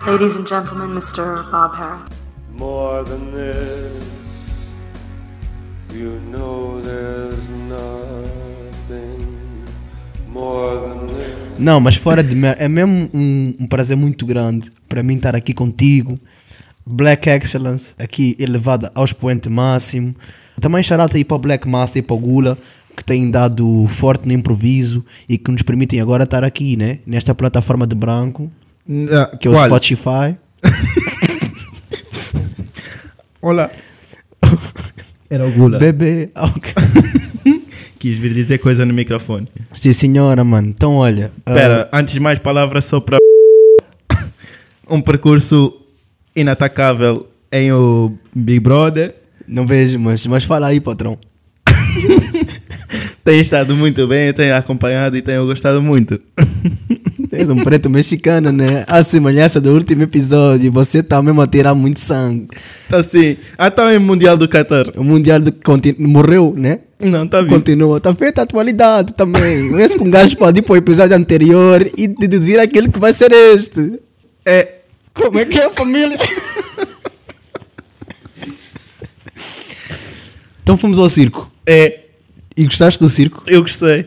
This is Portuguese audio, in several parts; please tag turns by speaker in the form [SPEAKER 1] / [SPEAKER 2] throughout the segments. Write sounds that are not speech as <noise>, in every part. [SPEAKER 1] Ladies and gentlemen, Mr. Bob Harris.
[SPEAKER 2] More than this, you know there's nothing more than this.
[SPEAKER 3] Não, mas fora de merda, é mesmo um, um prazer muito grande para mim estar aqui contigo. Black Excellence, aqui elevada ao expoente máximo. Também charata aí para o Black Master e para o Gula, que têm dado forte no improviso e que nos permitem agora estar aqui, né? Nesta plataforma de branco,
[SPEAKER 4] Ah,
[SPEAKER 3] que é o
[SPEAKER 4] qual?
[SPEAKER 3] Spotify. <laughs>
[SPEAKER 4] Olá. Era o Gula.
[SPEAKER 3] Bebê, ok.
[SPEAKER 4] Quis vir dizer coisa no microfone.
[SPEAKER 3] Sim, senhora, mano. Então, olha. ah,
[SPEAKER 4] Espera, antes de mais, palavra só para. <coughs> um percurso inatacável em o Big Brother.
[SPEAKER 3] não vejo, mas, mas fala aí, patrão.
[SPEAKER 4] Tem estado muito bem, eu tenho acompanhado e tenho gostado muito.
[SPEAKER 3] Tens um preto mexicano, né? A semelhança do último episódio. Você tá mesmo a tirar muito sangue.
[SPEAKER 4] Então, assim, até o Mundial do Qatar.
[SPEAKER 3] O Mundial do conti- morreu, né?
[SPEAKER 4] Não, tá vivo.
[SPEAKER 3] Continua, tá feita a atualidade também. um Esse com gajo pode ir para o episódio anterior e deduzir aquilo que vai ser este.
[SPEAKER 4] É.
[SPEAKER 3] Como é que é a família? <laughs> então fomos ao circo.
[SPEAKER 4] É.
[SPEAKER 3] E gostaste do circo?
[SPEAKER 4] Eu gostei.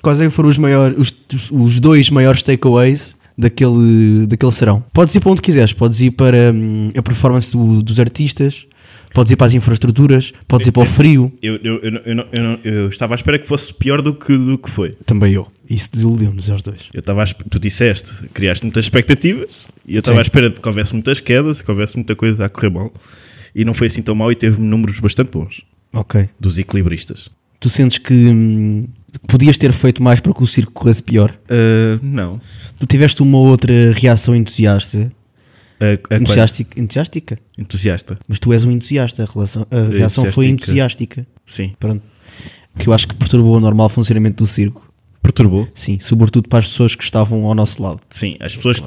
[SPEAKER 3] Quais é que foram os, maiores, os, os dois maiores takeaways daquele, daquele serão? Podes ir para onde quiseres, podes ir para hum, a performance do- dos artistas, podes ir para as infraestruturas, podes ir para o frio.
[SPEAKER 4] Eu, eu, eu, não- eu, não- eu, não- eu estava à espera que fosse pior do que, do que foi.
[SPEAKER 3] Também eu. Isso desiludiu-nos aos é dois.
[SPEAKER 4] Eu estava à esp- tu disseste, criaste muitas expectativas e eu estava à espera de que houvesse muitas quedas, que houvesse muita coisa a correr mal. E não foi assim tão mal e teve números bastante bons
[SPEAKER 3] Ok.
[SPEAKER 4] dos equilibristas.
[SPEAKER 3] Tu sentes que hum, podias ter feito mais para que o circo corresse pior? Uh,
[SPEAKER 4] Ah, não.
[SPEAKER 3] Tu tiveste uma outra reação entusiasta,
[SPEAKER 4] A- a qual-
[SPEAKER 3] entusiástica, entusiástica?
[SPEAKER 4] Entusiasta.
[SPEAKER 3] Mas tu és um entusiasta, a, relação- a reação foi entusiástica.
[SPEAKER 4] Sim.
[SPEAKER 3] Pronto. Que eu acho que perturbou o normal funcionamento do circo.
[SPEAKER 4] Perturbou?
[SPEAKER 3] Sim, sobretudo para as pessoas que estavam ao nosso lado.
[SPEAKER 4] Sim. As pessoas.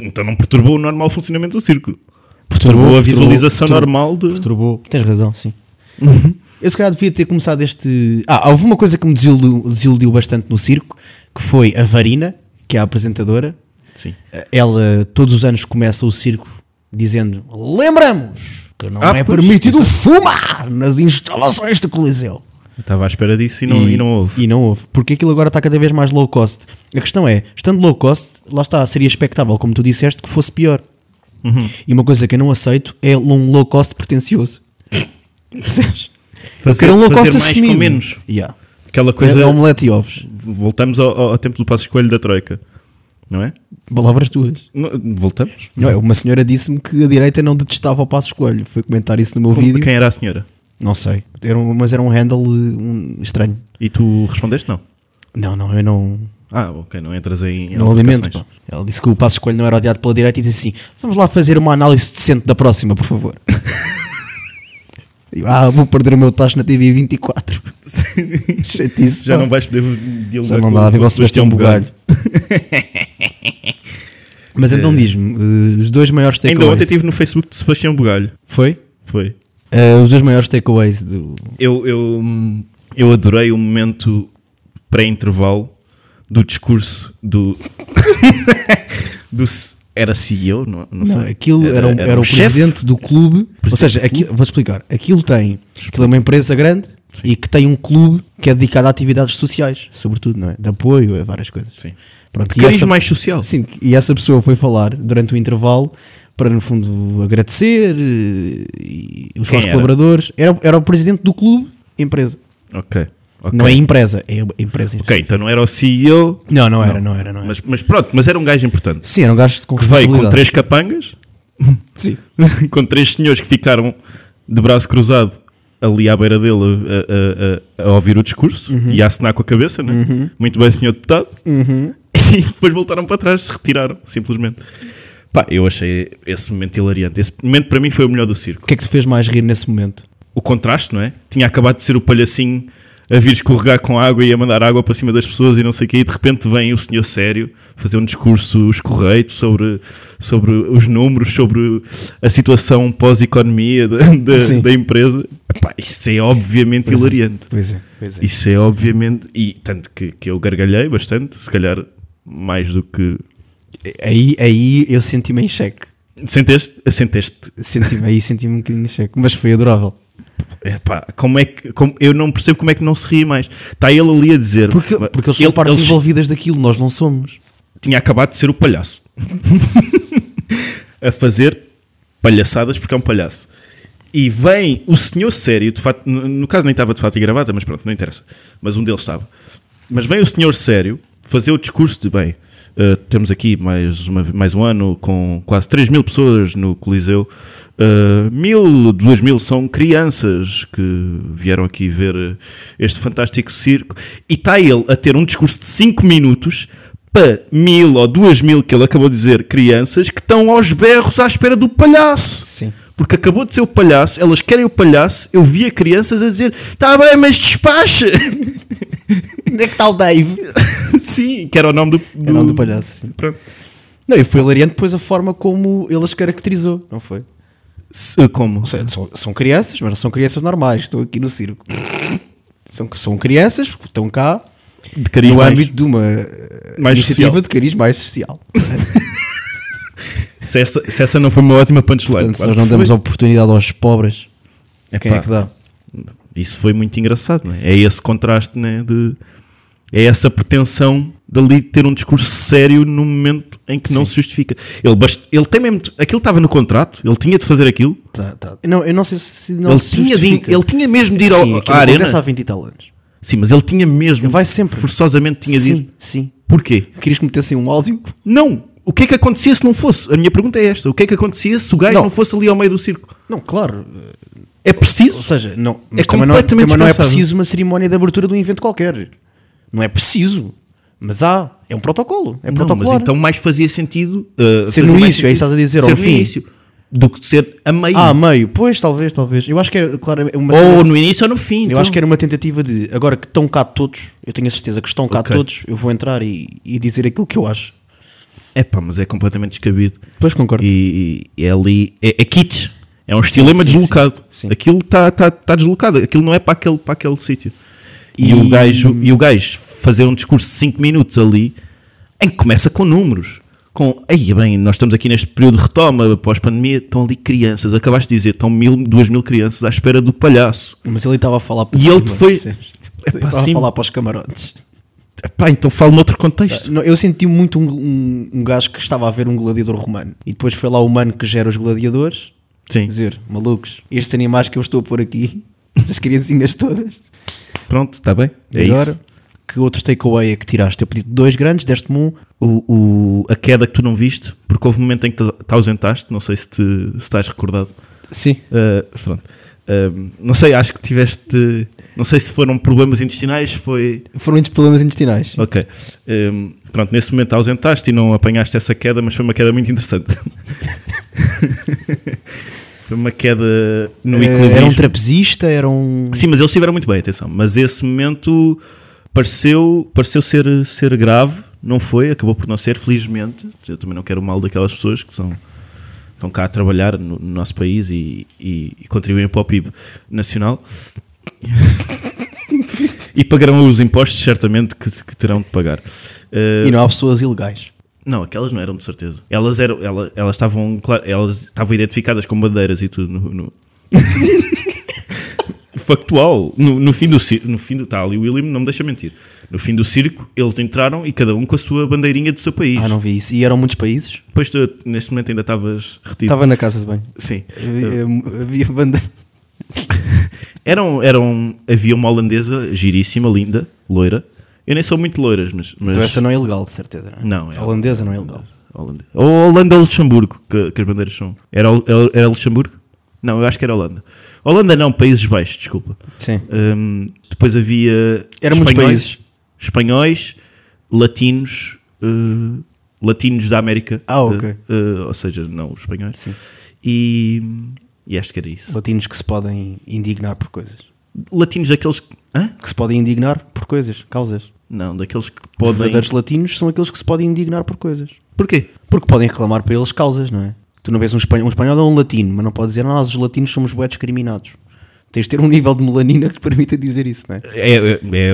[SPEAKER 4] Então não perturbou o normal funcionamento do círculo.
[SPEAKER 3] tá Perturbou,
[SPEAKER 4] Perturbou a
[SPEAKER 3] perturbou,
[SPEAKER 4] visualização
[SPEAKER 3] perturbou,
[SPEAKER 4] normal de.
[SPEAKER 3] Perturbou. Tens razão, sim. <laughs> Eu se calhar devia ter começado este. Ah, houve uma coisa que me desiludiu, desiludiu bastante no circo, que foi a Varina, que é a apresentadora.
[SPEAKER 4] Sim.
[SPEAKER 3] Ela todos os anos começa o circo dizendo: Lembramos que não
[SPEAKER 4] Ah,
[SPEAKER 3] é
[SPEAKER 4] pois,
[SPEAKER 3] permitido fumar nas instalações do Coliseu.
[SPEAKER 4] Eu Estava à espera disso e não, e, não houve.
[SPEAKER 3] E não houve. Porque aquilo agora está cada vez mais low cost. A questão é, estando low cost, lá está, seria expectável, como tu disseste, que fosse pior.
[SPEAKER 4] Uhum.
[SPEAKER 3] E uma coisa que eu não aceito é um low cost pretencioso. Percebes?
[SPEAKER 4] Fazer-
[SPEAKER 3] eu quero um low
[SPEAKER 4] fazer
[SPEAKER 3] cost
[SPEAKER 4] mais com
[SPEAKER 3] assumido.
[SPEAKER 4] menos.
[SPEAKER 3] Yeah.
[SPEAKER 4] Aquela coisa.
[SPEAKER 3] É omelete e ovos.
[SPEAKER 4] Voltamos ao, ao- ao tempo do passo escolho da Troika. Não é?
[SPEAKER 3] Palavras tuas.
[SPEAKER 4] Não- Voltamos?
[SPEAKER 3] Não é? Uma senhora disse-me que a direita não detestava o passo escolho. Foi comentar isso no meu
[SPEAKER 4] Como-
[SPEAKER 3] vídeo.
[SPEAKER 4] Quem era a senhora?
[SPEAKER 3] Não sei. Era um- mas era um handle uh, um, estranho.
[SPEAKER 4] E tu respondeste não?
[SPEAKER 3] Não, não, eu não.
[SPEAKER 4] Ah, ok, não entras em.
[SPEAKER 3] Não
[SPEAKER 4] altercações.
[SPEAKER 3] alimento, pá. Ela disse que o passo escolho não era odiado pela direita e disse assim: vamos lá fazer uma análise decente da próxima, por favor. <laughs> E eu, ah, vou perder o meu tacho na TV 24. <laughs> Chatice, pá.
[SPEAKER 4] Já
[SPEAKER 3] Ah.
[SPEAKER 4] não vais poder
[SPEAKER 3] Já
[SPEAKER 4] dialogar
[SPEAKER 3] não
[SPEAKER 4] com- é
[SPEAKER 3] dá,
[SPEAKER 4] com
[SPEAKER 3] viva o
[SPEAKER 4] o
[SPEAKER 3] Sebastião Bugalho. <laughs> Mas então diz-me: eh, os dois maiores
[SPEAKER 4] É. Ainda
[SPEAKER 3] takeaways.
[SPEAKER 4] ontem estive no Facebook de Sebastião Bugalho.
[SPEAKER 3] Foi?
[SPEAKER 4] Foi.
[SPEAKER 3] Eh, os dois maiores takeaways do.
[SPEAKER 4] Eu, eu, hum, eu adorei o momento pré-intervalo do discurso
[SPEAKER 3] <laughs>
[SPEAKER 4] do. do c- era CEO? Não,
[SPEAKER 3] Não,
[SPEAKER 4] não sei.
[SPEAKER 3] aquilo era, um- era
[SPEAKER 4] um
[SPEAKER 3] o
[SPEAKER 4] chefe.
[SPEAKER 3] presidente do clube. Ou
[SPEAKER 4] Presidente
[SPEAKER 3] seja, aquilo, vou explicar. Aquilo tem aquilo é uma empresa grande e que tem um clube que é dedicado a atividades sociais, sobretudo, não é? De apoio a várias coisas.
[SPEAKER 4] Sim.
[SPEAKER 3] Pronto,
[SPEAKER 4] De cariz mais social.
[SPEAKER 3] Sim, e essa pessoa foi falar durante o intervalo para, no fundo, agradecer eh, e os
[SPEAKER 4] Quem
[SPEAKER 3] seus
[SPEAKER 4] era?
[SPEAKER 3] colaboradores. Era, era o presidente do clube, empresa.
[SPEAKER 4] Ok. ok.
[SPEAKER 3] Não é empresa, é empresa. em
[SPEAKER 4] Ok, então não era o CEO,
[SPEAKER 3] Não, não era, não, era, não era.
[SPEAKER 4] mas, mas pronto, mas era um gajo importante.
[SPEAKER 3] Sim, era um gajo com
[SPEAKER 4] Que veio com
[SPEAKER 3] responsabilidade.
[SPEAKER 4] três capangas,
[SPEAKER 3] Sim.
[SPEAKER 4] <laughs> com três senhores que ficaram de braço cruzado ali à beira dele a, a- a- a ouvir o discurso e a assinar com a cabeça, né? Muito bem, senhor deputado. <laughs> E depois voltaram para trás, se retiraram, simplesmente. Pá, eu achei esse momento hilariante. Esse momento para mim foi o melhor do circo.
[SPEAKER 3] O que é que te fez mais rir nesse momento?
[SPEAKER 4] O contraste, não é? Tinha acabado de ser o palhacinho a vir escorregar com água e a mandar água para cima das pessoas e não sei o quê, e de repente vem o senhor sério fazer um discurso escorreito sobre, sobre os números, sobre a situação pós-economia da, da-
[SPEAKER 3] Sim.
[SPEAKER 4] da empresa. Epá, isso é obviamente hilariante.
[SPEAKER 3] Pois é, pois é.
[SPEAKER 4] Isso é obviamente, e tanto que, que eu gargalhei bastante, se calhar mais do que.
[SPEAKER 3] Aí, aí eu senti-me em cheque.
[SPEAKER 4] Senteste? Senteste?
[SPEAKER 3] Senti-me aí, senti-me um bocadinho em cheque. Mas foi adorável.
[SPEAKER 4] Epá, como é que. como- eu não percebo como é que não se ri mais. Está ele ali a dizer.
[SPEAKER 3] Porque, porque eles são
[SPEAKER 4] Ele-
[SPEAKER 3] partes
[SPEAKER 4] eles-
[SPEAKER 3] envolvidas daquilo, nós não
[SPEAKER 4] <laughs>
[SPEAKER 3] somos.
[SPEAKER 4] tinha acabado de ser o palhaço <laughs> a fazer palhaçadas porque é um palhaço. E vem o senhor sério, de fato, no no caso nem estava de fato e gravata, mas pronto, não interessa. Mas um deles estava. Mas vem o senhor sério fazer o discurso de bem. eh, temos aqui mais, uma- mais um ano com quase 3 mil pessoas no Coliseu. Eh, mil, duas mil são crianças que vieram aqui ver eh, este fantástico circo. E está ele a ter um discurso de 5 minutos para mil ou duas mil que ele acabou de dizer crianças que estão aos berros à espera do palhaço.
[SPEAKER 3] Sim.
[SPEAKER 4] Porque acabou de ser o palhaço, elas querem o palhaço. Eu via crianças a dizer: tá bem, mas despacha. <laughs>
[SPEAKER 3] Onde é que está o Dave?
[SPEAKER 4] Sim, que era o nome do, do,
[SPEAKER 3] Era o nome do palhaço, sim.
[SPEAKER 4] Pronto.
[SPEAKER 3] Não, e foi hilariante depois a forma como ele as caracterizou, não foi? eh,
[SPEAKER 4] Se- é Como?
[SPEAKER 3] Ou seja, São, são crianças, mas não são crianças normais, estão aqui no circo. São, são crianças que estão cá
[SPEAKER 4] De cariz
[SPEAKER 3] no
[SPEAKER 4] mais-
[SPEAKER 3] âmbito de uma eh,
[SPEAKER 4] mais
[SPEAKER 3] iniciativa
[SPEAKER 4] social.
[SPEAKER 3] de cariz mais social.
[SPEAKER 4] Se, essa, se essa não foi uma ótima punchline.
[SPEAKER 3] Portanto, se
[SPEAKER 4] claro
[SPEAKER 3] nós não
[SPEAKER 4] que foi.
[SPEAKER 3] damos oportunidade aos pobres, quem
[SPEAKER 4] Epá,
[SPEAKER 3] é que dá?
[SPEAKER 4] Isso foi muito engraçado, não é? É esse contraste, né? De, é essa pretensão dali de ter um discurso sério no momento em que não se justifica. Ele, bast... ele tem mesmo. Aquilo estava no contrato, ele tinha de fazer aquilo.
[SPEAKER 3] Tá, tá. Não, eu não sei se não
[SPEAKER 4] ele,
[SPEAKER 3] se
[SPEAKER 4] tinha de-
[SPEAKER 3] justifica.
[SPEAKER 4] ele tinha mesmo de ir ao-
[SPEAKER 3] Sim,
[SPEAKER 4] à
[SPEAKER 3] aquilo
[SPEAKER 4] arena.
[SPEAKER 3] acontece há 20 e tal anos.
[SPEAKER 4] Sim, mas ele tinha mesmo.
[SPEAKER 3] Ele vai sempre.
[SPEAKER 4] Forçosamente tinha de
[SPEAKER 3] sim,
[SPEAKER 4] ir.
[SPEAKER 3] sim.
[SPEAKER 4] Porquê?
[SPEAKER 3] Querias que metessem um áudio?
[SPEAKER 4] Não. O que é que acontecia se não fosse? A minha pergunta é esta. O que é que acontecia se o gajo
[SPEAKER 3] Não.
[SPEAKER 4] não, fosse ali ao meio do circo?
[SPEAKER 3] Não, claro.
[SPEAKER 4] É
[SPEAKER 3] Ou
[SPEAKER 4] preciso?
[SPEAKER 3] seja, não,
[SPEAKER 4] É
[SPEAKER 3] mas também, não,
[SPEAKER 4] completamente
[SPEAKER 3] também não é
[SPEAKER 4] dispensável.
[SPEAKER 3] preciso uma cerimónia de abertura de um evento qualquer. Não é preciso. Mas há. É um protocolo. É
[SPEAKER 4] não, mas
[SPEAKER 3] protocolo.
[SPEAKER 4] então mais fazia sentido... uh,
[SPEAKER 3] Ser
[SPEAKER 4] fazer
[SPEAKER 3] no
[SPEAKER 4] mais
[SPEAKER 3] início, é
[SPEAKER 4] sentido
[SPEAKER 3] isso que estás a dizer,
[SPEAKER 4] ser
[SPEAKER 3] ao
[SPEAKER 4] no
[SPEAKER 3] fim.
[SPEAKER 4] início, do que ser a meio.
[SPEAKER 3] Ah, meio. Pois, talvez, talvez. Eu acho que é, claro, é uma
[SPEAKER 4] é ou
[SPEAKER 3] cena-
[SPEAKER 4] no início ou no fim.
[SPEAKER 3] Eu
[SPEAKER 4] então.
[SPEAKER 3] acho que era uma tentativa de. Agora que estão cá todos, eu tenho a certeza que estão cá
[SPEAKER 4] Ok.
[SPEAKER 3] todos, eu vou entrar e, e dizer aquilo que eu acho.
[SPEAKER 4] Epá, mas é completamente descabido.
[SPEAKER 3] Pois concordo.
[SPEAKER 4] E, e é ali... É, é kitsch. É um estilema
[SPEAKER 3] sim,
[SPEAKER 4] deslocado.
[SPEAKER 3] sim, sim.
[SPEAKER 4] Aquilo está tá, tá deslocado. Aquilo não é para aquele, para aquele sítio. E, o gajo, e o gajo fazer um discurso de 5 minutos ali, em que começa com números. Com, aí bem, nós estamos aqui neste período de retoma, pós-pandemia, estão ali crianças, acabaste de dizer, estão mil, duas mil crianças à espera do palhaço.
[SPEAKER 3] Mas ele estava a falar para
[SPEAKER 4] E
[SPEAKER 3] cima,
[SPEAKER 4] ele foi-
[SPEAKER 3] percebes?
[SPEAKER 4] É
[SPEAKER 3] Ele
[SPEAKER 4] pá,
[SPEAKER 3] estava
[SPEAKER 4] sim.
[SPEAKER 3] a falar para os camarotes.
[SPEAKER 4] Epá, então falo noutro contexto.
[SPEAKER 3] Não, eu senti muito um, um, um gajo que estava a ver um gladiador romano e depois foi lá o humano que gera os gladiadores
[SPEAKER 4] Sim,
[SPEAKER 3] dizer: malucos, estes animais que eu estou a pôr aqui, <laughs> estas criancinhas todas,
[SPEAKER 4] pronto, está bem, é
[SPEAKER 3] E agora,
[SPEAKER 4] isso.
[SPEAKER 3] que outro takeaway é que tiraste? Eu pedi dois grandes, deste-me um.
[SPEAKER 4] O, o- a queda que tu não viste, porque houve um momento em que te, te ausentaste, não sei se, te, se estás recordado.
[SPEAKER 3] Sim.
[SPEAKER 4] Uh, pronto. Um, não sei, acho que tiveste. Não sei se foram problemas intestinais, foi.
[SPEAKER 3] Foram muitos problemas intestinais.
[SPEAKER 4] Ok. Um, pronto, nesse momento ausentaste e não apanhaste essa queda, mas foi uma queda muito interessante. <laughs> foi uma queda no
[SPEAKER 3] Eh,
[SPEAKER 4] equilíbrio.
[SPEAKER 3] era um trapezista, era um.
[SPEAKER 4] Sim, mas eles estiveram muito bem, atenção. Mas esse momento pareceu, pareceu ser, ser grave, não foi, acabou por não ser, felizmente. Eu também não quero o mal daquelas pessoas que são, estão cá a trabalhar no, no nosso país e, e- e contribuem para o PIB nacional. <laughs> e pagarão os impostos, certamente, que, que terão de pagar. Eh,
[SPEAKER 3] E não há pessoas ilegais.
[SPEAKER 4] não, aquelas não eram de certeza. Elas eram, elas, elas estavam, claro, elas estavam identificadas com bandeiras e tudo no, <laughs> no- factual. No, no fim do circo, no fim do tá ali o William não me deixa mentir. No fim do circo, eles entraram e cada um com a sua bandeirinha do seu país.
[SPEAKER 3] Ah, não vi isso. E eram muitos países.
[SPEAKER 4] Depois tu, neste momento ainda estavas retido.
[SPEAKER 3] Estava na casa de banho.
[SPEAKER 4] Tipo- Sim.
[SPEAKER 3] Havia, eh, havia banda.
[SPEAKER 4] Eram, eram, havia uma holandesa giríssima, linda, loira. Eu nem sou muito loiras, mas, mas
[SPEAKER 3] Então essa não é ilegal, de certeza. Não, é?
[SPEAKER 4] Não, é-
[SPEAKER 3] A holandesa não é ilegal.
[SPEAKER 4] Holanda. Ou Holanda ou Luxemburgo, que, que as bandeiras são. Era, era Luxemburgo? Não, eu acho que era Holanda. Holanda não, Países Baixos, desculpa.
[SPEAKER 3] Sim.
[SPEAKER 4] Hum, depois havia.
[SPEAKER 3] Eram muitos
[SPEAKER 4] espanhóis-
[SPEAKER 3] países.
[SPEAKER 4] Espanhóis, latinos. eh, latinos da América.
[SPEAKER 3] Ah, ok.
[SPEAKER 4] Eh, eh, ou seja, não os espanhóis. E, e acho que era isso.
[SPEAKER 3] Latinos que se podem indignar por coisas.
[SPEAKER 4] Latinos daqueles. que- Hã?
[SPEAKER 3] Que se podem indignar por coisas, causas.
[SPEAKER 4] Não, daqueles que
[SPEAKER 3] Os
[SPEAKER 4] podem.
[SPEAKER 3] verdadeiros latinos são aqueles que se podem indignar por coisas.
[SPEAKER 4] Porquê?
[SPEAKER 3] Porque podem reclamar para eles causas, não é? Tu não vês um espanhol, um espanhol é um latino, mas não pode dizer, "Ah, nós os latinos somos bué discriminados. Tens de ter um nível de melanina que permita dizer isso, não é?
[SPEAKER 4] É, é- é a
[SPEAKER 3] Chama
[SPEAKER 4] linha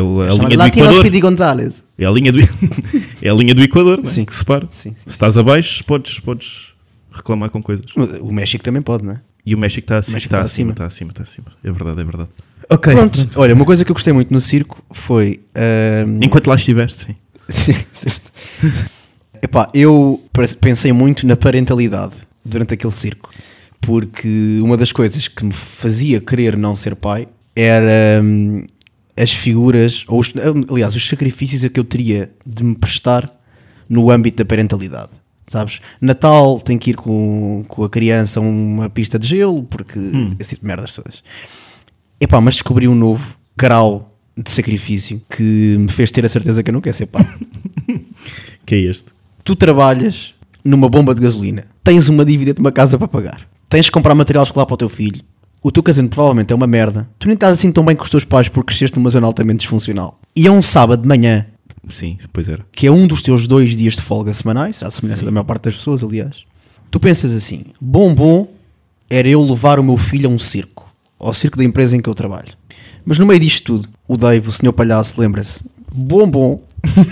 [SPEAKER 4] do
[SPEAKER 3] Latino
[SPEAKER 4] Equador.
[SPEAKER 3] Speedy Gonzalez.
[SPEAKER 4] É a linha do, <laughs> é a linha do Equador, não é?
[SPEAKER 3] Sim.
[SPEAKER 4] que separa.
[SPEAKER 3] Sim, sim.
[SPEAKER 4] Se estás abaixo, podes, podes reclamar com coisas.
[SPEAKER 3] O México também pode, não é?
[SPEAKER 4] E o México está acima.
[SPEAKER 3] México
[SPEAKER 4] Está
[SPEAKER 3] está acima.
[SPEAKER 4] acima, está acima, está acima. É verdade, é verdade. Ok.
[SPEAKER 3] Pronto, olha, uma coisa que eu gostei muito no circo foi. ah, ahm,
[SPEAKER 4] Enquanto lá estiveste, sim.
[SPEAKER 3] <laughs> Sim, certo. Epá, eu pre- pensei muito na parentalidade durante aquele circo, porque uma das coisas que me fazia querer não ser pai era hum, as figuras, ou os- hum, aliás, os sacrifícios a que eu teria de me prestar no âmbito da parentalidade. Sabes? Natal tem que ir com, com a criança a uma pista de gelo, porque esse tipo de merdas todas. Epá, mas descobri um novo grau de sacrifício que me fez ter a certeza que eu não quero ser pai.
[SPEAKER 4] Que é este.
[SPEAKER 3] tu trabalhas numa bomba de gasolina, tens uma dívida de uma casa para pagar, tens de comprar material escolar para o teu filho, o teu casamento provavelmente é uma merda, tu nem estás assim tão bem com os teus pais porque cresceste numa zona altamente disfuncional. E é um sábado de manhã,
[SPEAKER 4] Sim, pois era.
[SPEAKER 3] que é um dos teus dois dias de folga semanais, à semelhança da maior parte das pessoas, aliás, tu pensas assim: bom, bom era eu levar o meu filho a um circo, ao circo da empresa em que eu trabalho. Mas no meio disto tudo, o Dave, o senhor palhaço, lembra-se: bom, bom <laughs>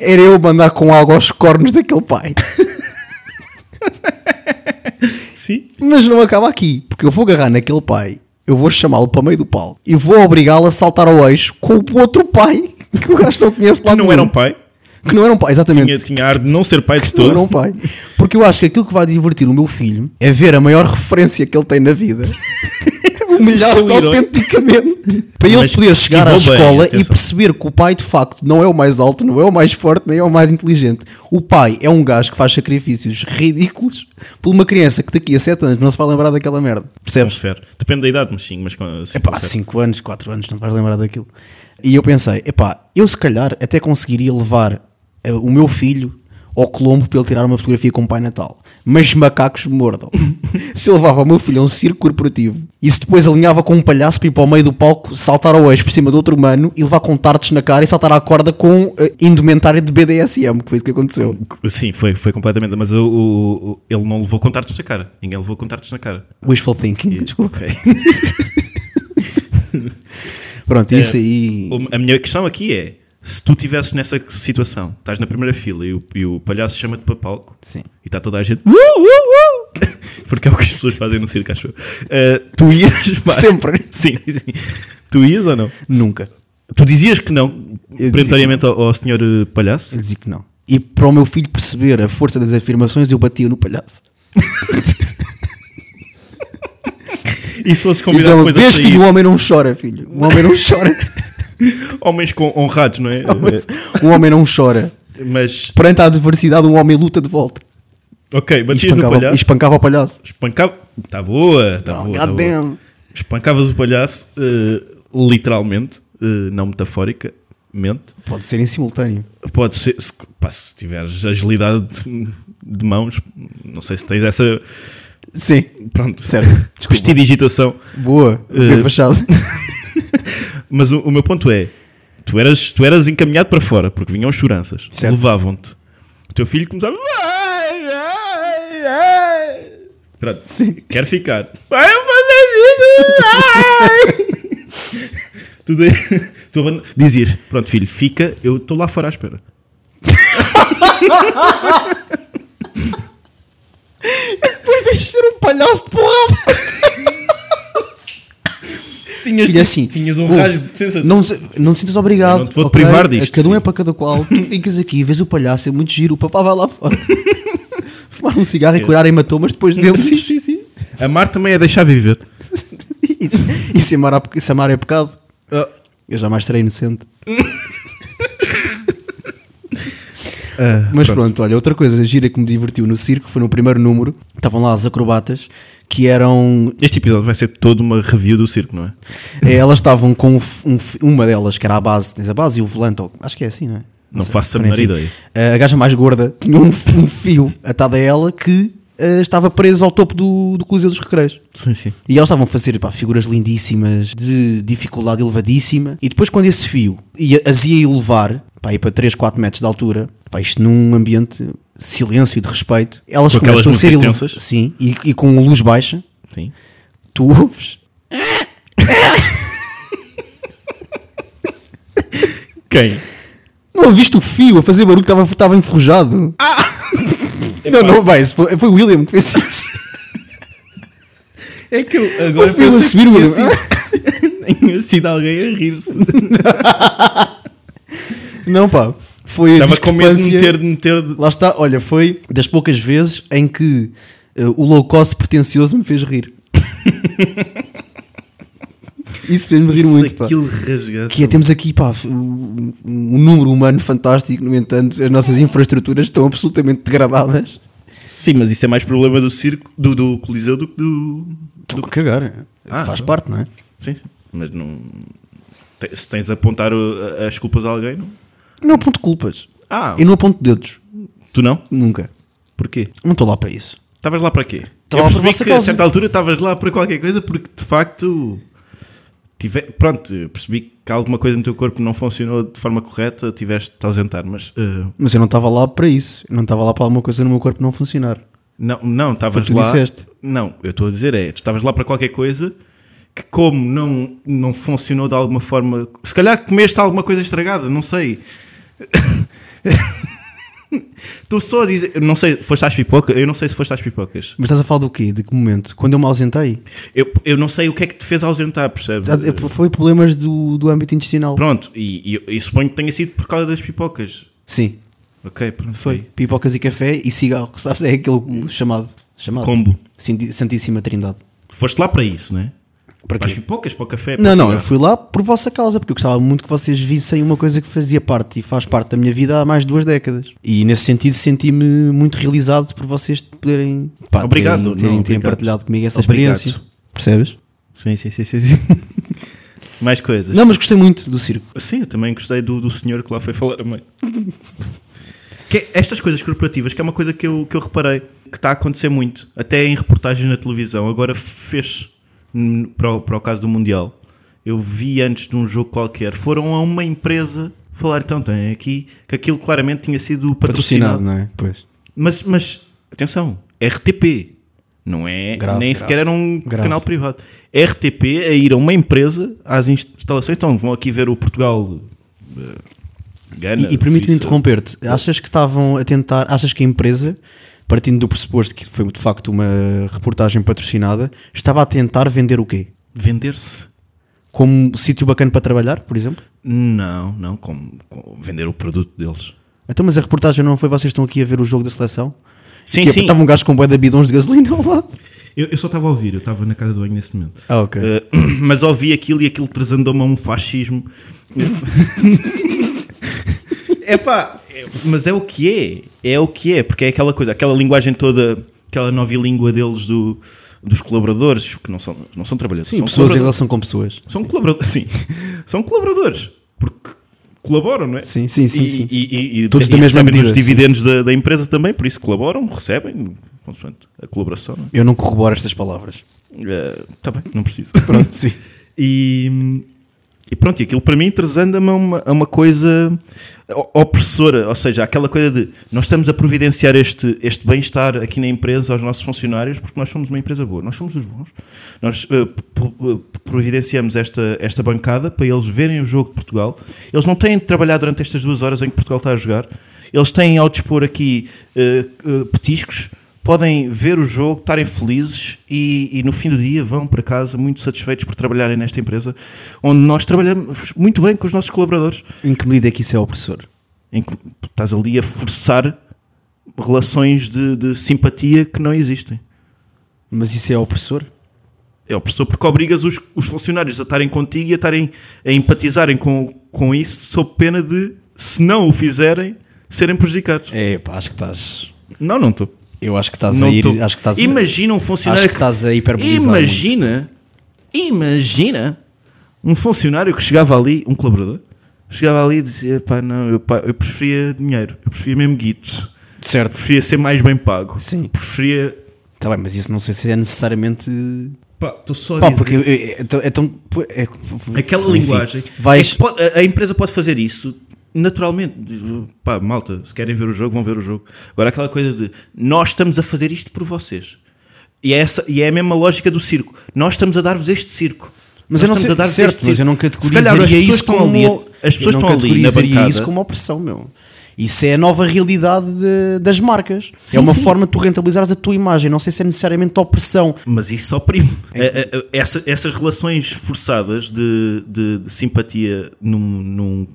[SPEAKER 3] era eu mandar com algo aos cornos daquele pai.
[SPEAKER 4] Sim.
[SPEAKER 3] Mas não acaba aqui, porque eu vou agarrar naquele pai, eu vou chamá-lo para meio do palco e vou obrigá-lo a saltar ao eixo com o outro pai <laughs> que o gajo não conhece lá
[SPEAKER 4] Que não
[SPEAKER 3] nenhum.
[SPEAKER 4] era um pai.
[SPEAKER 3] Que não era um pai, exatamente.
[SPEAKER 4] Tinha, tinha ar de não ser pai de
[SPEAKER 3] Não era
[SPEAKER 4] todo.
[SPEAKER 3] um pai. Porque eu acho que aquilo que vai divertir o meu filho é ver a maior referência que ele tem na
[SPEAKER 4] <laughs>
[SPEAKER 3] vida. Humilhar-se
[SPEAKER 4] Sou um herói.
[SPEAKER 3] autenticamente. Para ele
[SPEAKER 4] Mas
[SPEAKER 3] poder chegar à
[SPEAKER 4] esquivou bem,
[SPEAKER 3] escola e
[SPEAKER 4] atenção.
[SPEAKER 3] perceber que o pai, de facto, não é o mais alto, não é o mais forte, nem é o mais inteligente. O pai é um gajo que faz sacrifícios ridículos por uma criança que daqui a 7 anos não se vai lembrar daquela merda. Percebes?
[SPEAKER 4] Confere. Depende da idade, mas sim. Mas, com- sim, é.
[SPEAKER 3] Epá, há
[SPEAKER 4] confere.
[SPEAKER 3] 5 anos, 4 anos, não te vais lembrar daquilo. E eu pensei, epá, eu se calhar até conseguiria levar eh, o meu filho ao Colombo para ele tirar uma fotografia com o Pai Natal. Mas macacos me
[SPEAKER 4] <laughs>
[SPEAKER 3] mordam. se eu levava o meu filho a um circo corporativo e se depois alinhava com um palhaço para ir para o meio do palco, saltar ao eixo por cima de outro humano e levar com tartes na cara e saltar à corda com eh, indumentária de BDSM, que foi isso que aconteceu.
[SPEAKER 4] Sim, foi, foi completamente. Mas o, o- o- ele não levou contartos na cara. Ninguém levou contartos na cara.
[SPEAKER 3] Wishful thinking, desculpa.
[SPEAKER 4] <laughs> Ok.
[SPEAKER 3] Pronto, isso aí.
[SPEAKER 4] É, O- A minha questão aqui é: se tu estivesses nessa situação, estás na primeira fila e o, e o palhaço chama-te para palco
[SPEAKER 3] Sim.
[SPEAKER 4] e está toda a gente. <laughs> "Uh, uh, uh", Porque é o que as pessoas fazem no circo, acho eu. Eh, tu
[SPEAKER 3] <laughs>
[SPEAKER 4] ias. pá.
[SPEAKER 3] Sempre.
[SPEAKER 4] Sim, sim. Tu ias ou não?
[SPEAKER 3] Nunca.
[SPEAKER 4] Tu dizias que não,
[SPEAKER 3] dizia
[SPEAKER 4] peremptoriamente ao, ao senhor eh, palhaço?
[SPEAKER 3] Eu dizia que não. E para o meu filho perceber a força das afirmações, eu batia no palhaço.
[SPEAKER 4] E se fosse
[SPEAKER 3] E dizia,
[SPEAKER 4] convidado depois a
[SPEAKER 3] vês
[SPEAKER 4] sair?
[SPEAKER 3] filho, o homem não chora, filho. O homem não
[SPEAKER 4] <laughs>
[SPEAKER 3] chora.
[SPEAKER 4] Homens com honrados, não é?
[SPEAKER 3] o um homem não chora.
[SPEAKER 4] Eh, Mas,
[SPEAKER 3] Perante a adversidade, um homem luta de volta.
[SPEAKER 4] ok,
[SPEAKER 3] E
[SPEAKER 4] batias no
[SPEAKER 3] espancava, e
[SPEAKER 4] palhaço.
[SPEAKER 3] espancava o palhaço.
[SPEAKER 4] Espancava. Tá boa, tá
[SPEAKER 3] Não,
[SPEAKER 4] boa. tá boa.
[SPEAKER 3] goddamn.
[SPEAKER 4] Espancavas o palhaço, eh, literalmente, eh, não metaforicamente.
[SPEAKER 3] Pode ser em simultâneo.
[SPEAKER 4] Pode ser, se, pá, se tiveres agilidade de, de mãos, não sei se tens essa.
[SPEAKER 3] Sim.
[SPEAKER 4] Pronto, <laughs>
[SPEAKER 3] Certo, desculpa.
[SPEAKER 4] prestidigitação.
[SPEAKER 3] Boa.
[SPEAKER 4] Eh.
[SPEAKER 3] Bem
[SPEAKER 4] <laughs>
[SPEAKER 3] fachado.
[SPEAKER 4] Mas o, o meu ponto é: tu eras, tu eras encaminhado para fora, porque vinham as choranças,
[SPEAKER 3] Certo.
[SPEAKER 4] levavam-te. O teu filho começava. Ai, ai, ai. Pronto,
[SPEAKER 3] Sim. <laughs>
[SPEAKER 4] quero ficar. Vai fazer isso! Ai. tu, <laughs> de, tu aban- dizias: Pronto, filho, fica, eu estou lá fora à espera.
[SPEAKER 3] Depois de encher um palhaço de porrada.
[SPEAKER 4] Tinhas,
[SPEAKER 3] Filho, assim.
[SPEAKER 4] tinhas um
[SPEAKER 3] ouve,
[SPEAKER 4] rasgo de sensação.
[SPEAKER 3] Não, se- não te sintas obrigado.
[SPEAKER 4] Eu não te vou
[SPEAKER 3] ok?
[SPEAKER 4] privar disto.
[SPEAKER 3] Cada um é para cada qual.
[SPEAKER 4] <laughs>
[SPEAKER 3] Tu ficas aqui, vês o palhaço, é muito giro. O papá vai lá fora. Fumar um cigarro e curar hematomas depois de beber.
[SPEAKER 4] É. Sim, sim, sim. Amar também é deixar viver.
[SPEAKER 3] <laughs> Isso- Isso amar, há peca- se amar é pecado.
[SPEAKER 4] Ah.
[SPEAKER 3] Eu jamais serei inocente.
[SPEAKER 4] Ah.
[SPEAKER 3] Mas pronto. olha, outra coisa gira que me divertiu no circo foi no primeiro número. Estavam lá as acrobatas que eram.
[SPEAKER 4] Este episódio vai ser toda uma review do circo, não é?
[SPEAKER 3] eh, Elas estavam com um f- um f- uma delas, que era a base, tens a base e o volante, ou- acho que é assim, não é?
[SPEAKER 4] Não
[SPEAKER 3] sei,
[SPEAKER 4] faço a
[SPEAKER 3] mas
[SPEAKER 4] menor
[SPEAKER 3] enfim.
[SPEAKER 4] ideia.
[SPEAKER 3] Eh, A gaja mais gorda tinha um, <laughs> f- um fio atado a ela que eh, estava preso ao topo do, do Coliseu dos Recreios.
[SPEAKER 4] Sim, sim.
[SPEAKER 3] E elas estavam a fazer pá, figuras lindíssimas, de dificuldade elevadíssima. E depois, quando esse fio ia, as ia elevar, pá, ia para 3, 4 metros de altura, pá, isto num ambiente de silêncio e de respeito, elas
[SPEAKER 4] Com aquelas
[SPEAKER 3] começam a ser
[SPEAKER 4] músicas
[SPEAKER 3] elevadas.
[SPEAKER 4] tensas?
[SPEAKER 3] Sim, e, e com luz baixa,
[SPEAKER 4] Sim.
[SPEAKER 3] tu <laughs> ouves.
[SPEAKER 4] Quem?
[SPEAKER 3] Não ouviste o fio a fazer barulho que estava- estava enferrujado?
[SPEAKER 4] <laughs>
[SPEAKER 3] Ah! Não, não, vai, isso foi, foi o William que fez
[SPEAKER 4] <laughs>
[SPEAKER 3] isso.
[SPEAKER 4] É que eu agora
[SPEAKER 3] O fio a subir, William.
[SPEAKER 4] <laughs> Tinha sido alguém a rir-se.
[SPEAKER 3] <laughs> Não, pá. Foi a
[SPEAKER 4] Estava com medo de
[SPEAKER 3] discrepância.
[SPEAKER 4] meter, de meter de-
[SPEAKER 3] Lá está, olha, foi das poucas vezes em que eh, o low cost pretencioso me fez
[SPEAKER 4] <laughs>
[SPEAKER 3] rir. Isso fez-me rir muito, pá.
[SPEAKER 4] aquilo rasgado.
[SPEAKER 3] Que é, temos aqui, pá, f- um um número humano fantástico, no entanto, as nossas infraestruturas estão absolutamente degradadas.
[SPEAKER 4] Sim, mas isso é mais problema do circo, do, do Coliseu do que do.
[SPEAKER 3] Estou a cagar.
[SPEAKER 4] Ah,
[SPEAKER 3] Faz
[SPEAKER 4] não.
[SPEAKER 3] parte, não é?
[SPEAKER 4] Sim, sim. mas não. te- Se tens a apontar o- a- as culpas a alguém, não?
[SPEAKER 3] Não aponto culpas.
[SPEAKER 4] Ah,
[SPEAKER 3] Eu não aponto dedos.
[SPEAKER 4] tu não?
[SPEAKER 3] Nunca.
[SPEAKER 4] Porquê?
[SPEAKER 3] Não estou lá para isso.
[SPEAKER 4] Estavas lá para quê?
[SPEAKER 3] Estava lá
[SPEAKER 4] Eu
[SPEAKER 3] para a
[SPEAKER 4] percebi
[SPEAKER 3] vossa
[SPEAKER 4] que a
[SPEAKER 3] causa.
[SPEAKER 4] certa altura estavas lá para qualquer coisa porque de facto. Tive... Pronto, eu percebi que alguma coisa no teu corpo não funcionou de forma correta, tiveste de te ausentar, mas. eh,
[SPEAKER 3] Mas eu não estava lá para isso. Eu não estava lá para alguma coisa no meu corpo não funcionar.
[SPEAKER 4] Não, não,
[SPEAKER 3] Foi
[SPEAKER 4] estavas
[SPEAKER 3] o que
[SPEAKER 4] lá.
[SPEAKER 3] tu disseste.
[SPEAKER 4] Não, eu estou a dizer é, tu estavas lá para qualquer coisa que como não não funcionou de alguma forma, se calhar comeste alguma coisa estragada, não sei. <laughs> Estou só a dizer, não sei, foste às pipocas, eu não sei se foste às pipocas.
[SPEAKER 3] Mas estás a falar do quê? De que momento? Quando eu me ausentei?
[SPEAKER 4] Eu, eu não sei o que é que te fez ausentar, percebes?
[SPEAKER 3] Ah, Foi problemas do, do âmbito intestinal.
[SPEAKER 4] Pronto, e, e, e suponho que tenha sido por causa das pipocas.
[SPEAKER 3] Sim,
[SPEAKER 4] Ok, pronto.
[SPEAKER 3] foi. Pipocas e café e cigarro, <laughs> sabes? É aquele chamado. chamado.
[SPEAKER 4] Combo.
[SPEAKER 3] Sinti- Santíssima Trindade.
[SPEAKER 4] Foste lá para isso, né?
[SPEAKER 3] Para
[SPEAKER 4] Para as
[SPEAKER 3] quê?
[SPEAKER 4] pipocas, para o café, para
[SPEAKER 3] Não,
[SPEAKER 4] o
[SPEAKER 3] não,
[SPEAKER 4] cigarro.
[SPEAKER 3] eu fui lá por vossa causa, porque eu gostava muito que vocês vissem uma coisa que fazia parte e faz parte da minha vida há mais de duas décadas. E nesse sentido senti-me muito realizado por vocês poderem pá,
[SPEAKER 4] Obrigado,
[SPEAKER 3] terem,
[SPEAKER 4] não,
[SPEAKER 3] terem, terem
[SPEAKER 4] obrigado.
[SPEAKER 3] partilhado comigo essa
[SPEAKER 4] Obrigado.
[SPEAKER 3] experiência. Percebes?
[SPEAKER 4] Sim, sim, sim, sim. sim. <laughs> Mais coisas.
[SPEAKER 3] Não, mas gostei muito do circo.
[SPEAKER 4] Sim, eu também gostei do, do senhor que lá foi falar
[SPEAKER 3] <laughs>
[SPEAKER 4] a mãe. Que é- estas coisas corporativas, que é uma coisa que eu, que eu reparei, que está a acontecer muito, até em reportagens na televisão, agora fez hum, para o, para o caso do Mundial. Eu vi antes de um jogo qualquer, foram a uma empresa falar, então tem aqui, que aquilo claramente tinha sido patrocinado.
[SPEAKER 3] Patrocinado, não é? Pois.
[SPEAKER 4] Mas, mas, atenção, RTP. Não é,
[SPEAKER 3] Grave,
[SPEAKER 4] nem
[SPEAKER 3] grave.
[SPEAKER 4] sequer era um
[SPEAKER 3] Grave.
[SPEAKER 4] canal privado. RTP a é ir a uma empresa às instalações. Então vão aqui ver o Portugal. eh, Gana,
[SPEAKER 3] E, e permite-me
[SPEAKER 4] Suíça.
[SPEAKER 3] interromper-te. Achas que estavam a tentar, achas que a empresa, partindo do pressuposto que foi de facto uma reportagem patrocinada, estava a tentar vender o quê?
[SPEAKER 4] Vender-se?
[SPEAKER 3] Como um sítio bacana para trabalhar, por exemplo?
[SPEAKER 4] Não, não. Como, como vender o produto deles.
[SPEAKER 3] Então, mas a reportagem não foi vocês estão aqui a ver o jogo da seleção?
[SPEAKER 4] Sim,
[SPEAKER 3] que é-
[SPEAKER 4] sim.
[SPEAKER 3] Estava um gajo com bué de bidons de gasolina ao lado.
[SPEAKER 4] Eu, eu só estava a ouvir, eu estava na casa do banho nesse momento.
[SPEAKER 3] Ah, ok.
[SPEAKER 4] Eh, <clears throat> mas ouvi aquilo e aquilo transandou-me a
[SPEAKER 3] <laughs>
[SPEAKER 4] um fascismo. Epá, é- mas é o que é, é o que é, porque é aquela coisa, aquela linguagem toda, aquela nova língua deles do, dos colaboradores, que não são, não são trabalhadores,
[SPEAKER 3] sim,
[SPEAKER 4] são
[SPEAKER 3] pessoas em
[SPEAKER 4] colaboradores.
[SPEAKER 3] relação com pessoas.
[SPEAKER 4] São colaboradores, <laughs> sim. São colaboradores, porque colaboram, não é?
[SPEAKER 3] Sim, sim, sim,
[SPEAKER 4] E,
[SPEAKER 3] sim, sim.
[SPEAKER 4] e- e-
[SPEAKER 3] Todos
[SPEAKER 4] e
[SPEAKER 3] da mesma
[SPEAKER 4] recebem
[SPEAKER 3] medida,
[SPEAKER 4] os
[SPEAKER 3] sim.
[SPEAKER 4] dividendos da, da empresa também, por isso colaboram, recebem, consoante a colaboração, não é?
[SPEAKER 3] Eu não corroboro estas palavras.
[SPEAKER 4] Está bem,
[SPEAKER 3] <laughs>
[SPEAKER 4] não preciso. <laughs>
[SPEAKER 3] Pronto, sim.
[SPEAKER 4] E, e pronto, e aquilo para mim trazendo-me a uma, a uma coisa o- opressora, ou seja, aquela coisa de nós estamos a providenciar este, este bem-estar aqui na empresa aos nossos funcionários porque nós somos uma empresa boa, nós somos os bons, nós eh, pro- pro- providenciamos esta, esta bancada para eles verem o jogo de Portugal. Eles não têm de trabalhar durante estas duas horas em que Portugal está a jogar, eles têm ao dispor aqui eh, eh, petiscos podem ver o jogo, estarem felizes e, e no fim do dia vão para casa muito satisfeitos por trabalharem nesta empresa onde nós trabalhamos muito bem com os nossos colaboradores.
[SPEAKER 3] Em que medida é que isso é opressor?
[SPEAKER 4] Em que estás ali a forçar relações de, de simpatia que não existem.
[SPEAKER 3] Mas isso é opressor?
[SPEAKER 4] É opressor porque obrigas os, os funcionários a estarem contigo e a, estarem, a empatizarem com, com isso sob pena de, se não o fizerem, serem prejudicados.
[SPEAKER 3] É, pá, acho que estás.
[SPEAKER 4] Não, não estou.
[SPEAKER 3] Eu acho que estás
[SPEAKER 4] Não
[SPEAKER 3] a ir.
[SPEAKER 4] tô.
[SPEAKER 3] Acho que estás a-
[SPEAKER 4] imagina um funcionário.
[SPEAKER 3] acho que estás a hiperbolizar
[SPEAKER 4] Imagina, imagina um funcionário que chegava ali, um colaborador, chegava ali e dizia: pá, não, eu, pá, eu preferia dinheiro, eu preferia mesmo guito,
[SPEAKER 3] Certo.
[SPEAKER 4] preferia ser mais bem pago,
[SPEAKER 3] Sim.
[SPEAKER 4] preferia.
[SPEAKER 3] Está bem, mas isso não sei se é necessariamente.
[SPEAKER 4] Pá, estou só a
[SPEAKER 3] Pá,
[SPEAKER 4] dizer.
[SPEAKER 3] porque. é- é- Então. então, pô, é-
[SPEAKER 4] Aquela
[SPEAKER 3] enfim,
[SPEAKER 4] linguagem.
[SPEAKER 3] Vais.
[SPEAKER 4] É que pode- a, a empresa pode fazer isso naturalmente. Pá, malta, se querem ver o jogo, vão ver o jogo. Agora, aquela coisa de nós estamos a fazer isto por vocês. E é, essa, e é a mesma lógica do circo. Nós estamos a dar-vos este circo.
[SPEAKER 3] Mas
[SPEAKER 4] Nós
[SPEAKER 3] eu não
[SPEAKER 4] estamos
[SPEAKER 3] sei,
[SPEAKER 4] a dar-vos
[SPEAKER 3] certo,
[SPEAKER 4] este circo.
[SPEAKER 3] mas eu não
[SPEAKER 4] Se calhar as
[SPEAKER 3] categorizaria
[SPEAKER 4] pessoas
[SPEAKER 3] isso
[SPEAKER 4] estão
[SPEAKER 3] como...
[SPEAKER 4] ali, as pessoas
[SPEAKER 3] eu não
[SPEAKER 4] estão ali na
[SPEAKER 3] categorizaria
[SPEAKER 4] bancada.
[SPEAKER 3] isso como opressão, meu. Isso é a nova realidade de- das marcas.
[SPEAKER 4] Sim,
[SPEAKER 3] é uma
[SPEAKER 4] sim.
[SPEAKER 3] forma de tu rentabilizares a tua imagem. Não sei se é necessariamente opressão.
[SPEAKER 4] Mas isso só primo. A- a- a- é, essa- essas relações forçadas de, de- de simpatia num, num,